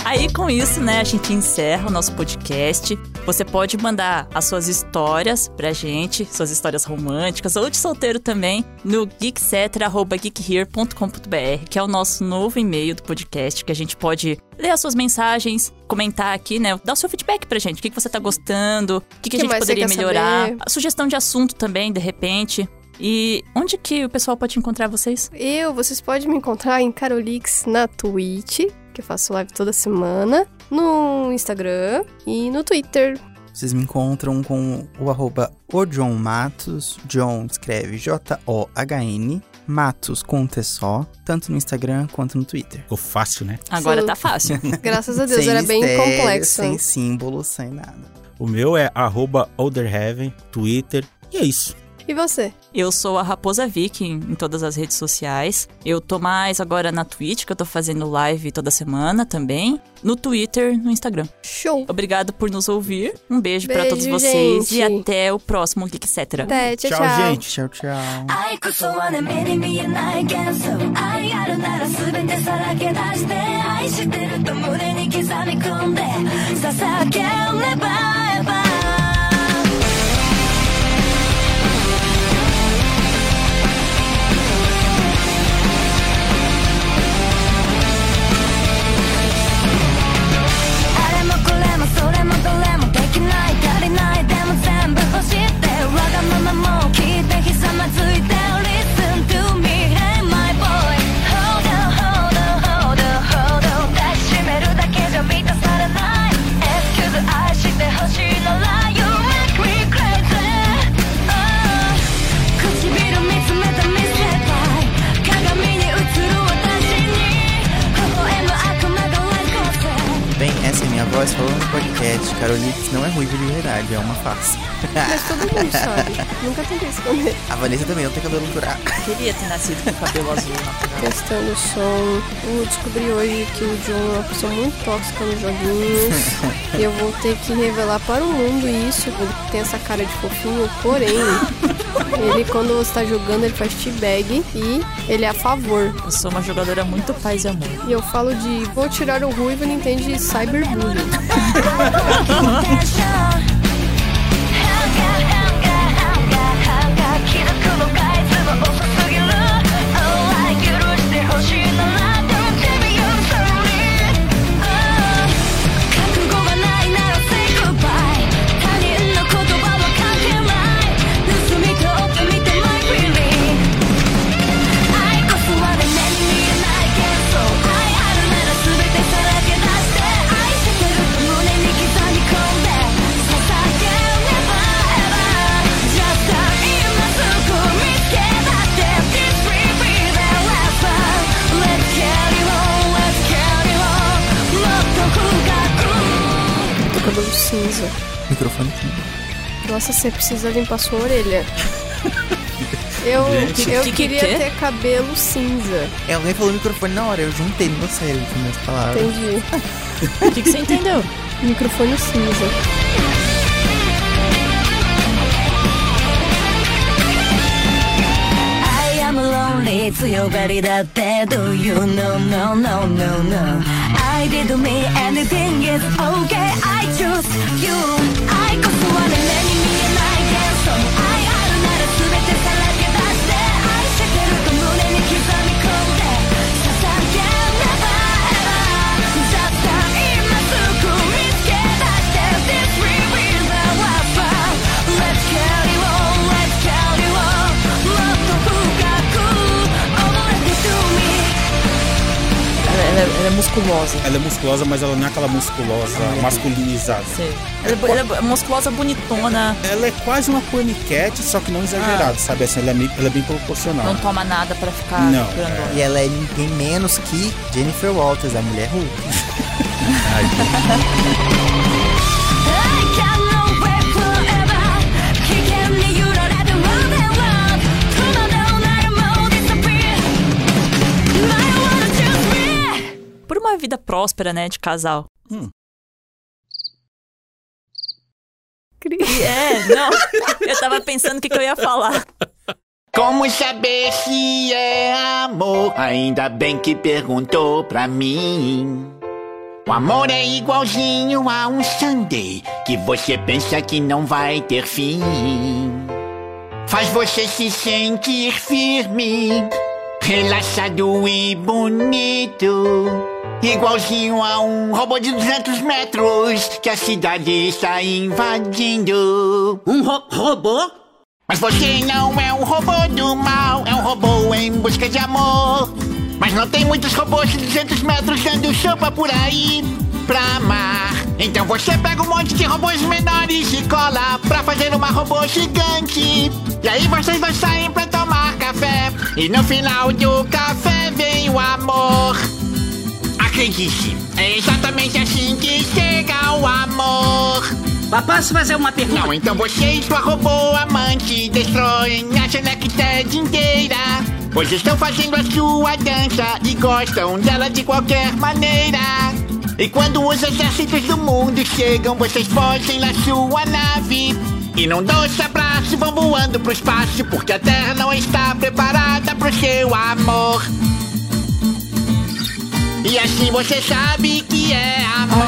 A: Aí com isso, né, a gente encerra o nosso podcast. Você pode mandar as suas histórias pra gente, suas histórias românticas ou de solteiro também, no geeksetra.geekhere.com.br, que é o nosso novo e-mail do podcast, que a gente pode ler as suas mensagens, comentar aqui, né, dar o seu feedback pra gente, o que, que você tá gostando, o que, que,
B: que
A: a gente
B: mais você
A: poderia
B: quer
A: melhorar,
B: saber?
A: a sugestão de assunto também, de repente. E onde que o pessoal pode encontrar vocês?
B: Eu, vocês podem me encontrar em Carolix na Twitch, que eu faço live toda semana, no Instagram e no Twitter.
C: Vocês me encontram com o arroba o John Matos. John escreve J-O-H-N. Matos com T só. Tanto no Instagram quanto no Twitter.
D: Ficou fácil, né?
A: Agora
B: Sim.
A: tá fácil.
B: Graças a Deus,
C: Sem
B: era bem
C: mistério,
B: complexo.
C: Sem símbolos, sem nada.
D: O meu é arroba olderheaven, Twitter. E é isso.
B: E você?
A: Eu sou a Raposa Viking em todas as redes sociais. Eu tô mais agora na Twitch, que eu tô fazendo live toda semana também. No Twitter, no Instagram.
B: Show!
A: Obrigado por nos ouvir. Um beijo, pra
B: Beijo,
A: todos vocês e
B: gente. Tá.
A: até o próximo Geek Cetra.
B: Até, tchau, tchau.
D: gente.
C: Tchau, tchau.
E: 愛こそはね目に見えない幻想愛あるなら全てさらけ出して愛してると胸に刻み込んで捧げねばばあれもこれもそれもどれもできない足りないでも全部欲しいってわがままも聞いてひざまずいて Listen to me hey my boy Hold on hold on hold on hold on 抱きしめるだけじゃ満たされない Excuse 愛してほしいなら You make me crazy oh 唇見つめた見せたい鏡に映る私に微笑む悪魔が Like
C: Bem, essa é minha voz falou no podcast, Carolix não é ruiva de verdade, é uma face.
B: Mas todo mundo sabe. Nunca tentei esconder.
C: A Vanessa também não tem cabelo natural.
A: Queria ter nascido com o cabelo azul né? natural.
B: Questão do som. Eu descobri hoje que o John é uma pessoa muito tóxica nos joguinhos. e eu vou ter que revelar para o mundo isso. Ele tem essa cara de fofinho, porém. Ele, quando você tá jogando, ele faz teabag e ele é a favor.
A: Eu sou uma jogadora muito paz e amor.
B: E eu falo de vou tirar o ruivo, ele entende cyberbullying. Cabelo cinza.
C: Microfone aqui.
B: Nossa, você precisa limpar sua orelha. Eu,
A: Gente.
B: eu
A: Que- que-
B: queria
A: que? é?
B: ter cabelo cinza.
C: É, alguém falou microfone na hora, eu juntei no meu cérebro com minhas palavras.
B: Entendi.
A: O que, que você entendeu?
B: Microfone cinza.
E: I am lonely 強がりだって Do you know no no no no I did me anything is okay I choose you 愛こそはね目に見えない幻想愛あるなら全てさらけ出して愛してると胸に刻み込んで捧げ Never ever just stop 今すぐ見つけ出して This real love Let's carry on Let's carry on もっと深く踊れて to me
A: Ela, ela- ela é musculosa.
D: Ela é musculosa, mas ela não é aquela musculosa masculinizada.
A: Sei. Ela, é bo- ela é musculosa, bonitona,
D: Ela é quase uma paniquete, só que não exagerada, sabe? Assim, ela é, meio- ela é bem proporcional.
A: não toma nada pra ficar
D: Não,
A: grandona.
C: E ela é ninguém menos que Jennifer Walters, a mulher Hulk.
E: I can't know where forever. Kicking me, you don't have to move and walk. Turn on the light and will disappear. Might wanna choose me.
A: Por uma vida próspera, né, de casal.
B: Cri-
A: É, não. Eu tava pensando o que, que eu ia falar.
F: Como saber se é amor? Ainda bem que perguntou pra mim. O amor é igualzinho a um Sunday que você pensa que não vai ter fim. Faz você se sentir firme, relaxado e bonito. Igualzinho a um robô de 200 metros que a cidade está invadindo. Um robô? Mas você não é um robô do mal, é um robô em busca de amor. Mas não tem muitos robôs de 200 metros dando sopa por aí pra amar. Então você pega um monte de robôs menores e cola pra fazer uma robô gigante. E aí vocês dois saem pra tomar café. E no final do café vem o amor. Acredite, é exatamente assim que chega o amor.
G: Posso fazer uma pergunta?
F: Não, então você e sua robô amante destroem a Senected inteira. Pois estão fazendo a sua dança e gostam dela de qualquer maneira. E quando os exércitos do mundo chegam, vocês fogem na sua nave. E não dão esse abraço, vão voando pro espaço, porque a Terra não está preparada pro seu amor. E assim você sabe que é amor.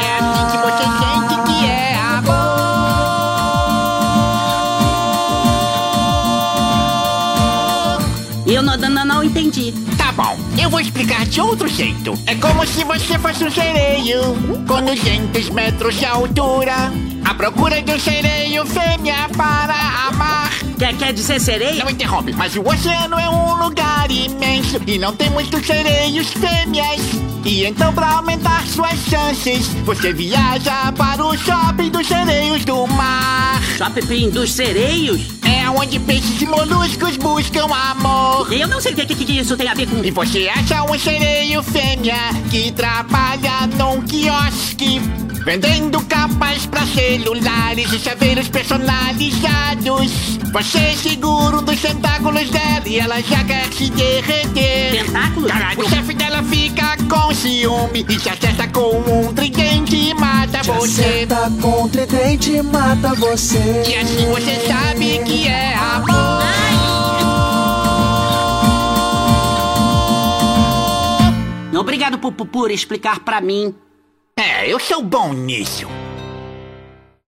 F: É assim que você sente que é amor.
G: Eu não, não, não entendi.
F: Tá bom, eu vou explicar de outro jeito. É como se você fosse um sereio com 200 metros de altura. À procura de um sereio fêmea para amar.
G: Quer, quer dizer sereia?
F: Não interrompe, mas o oceano é um lugar imenso e não tem muitos sereios fêmeas. E então, pra aumentar suas chances, você viaja para o shopping dos sereios do mar.
G: Shopping dos sereios?
F: É onde peixes e moluscos buscam amor.
G: Eu não sei o que, que, que isso tem a ver com...
F: E você acha um sereio fêmea que trabalha num quiosque Vendendo capas pra celulares e chaveiros personalizados Você segura um dos tentáculos dela e ela já quer se derreter
H: um
G: Tentáculos?
F: Caralho, o chefe dela fica com ciúme e se acerta com um tridente e mata você
H: Acerta com o tridente mata você.
F: E assim você sabe que é amor
G: Obrigado por, por- por explicar pra mim.
F: É, eu sou bom nisso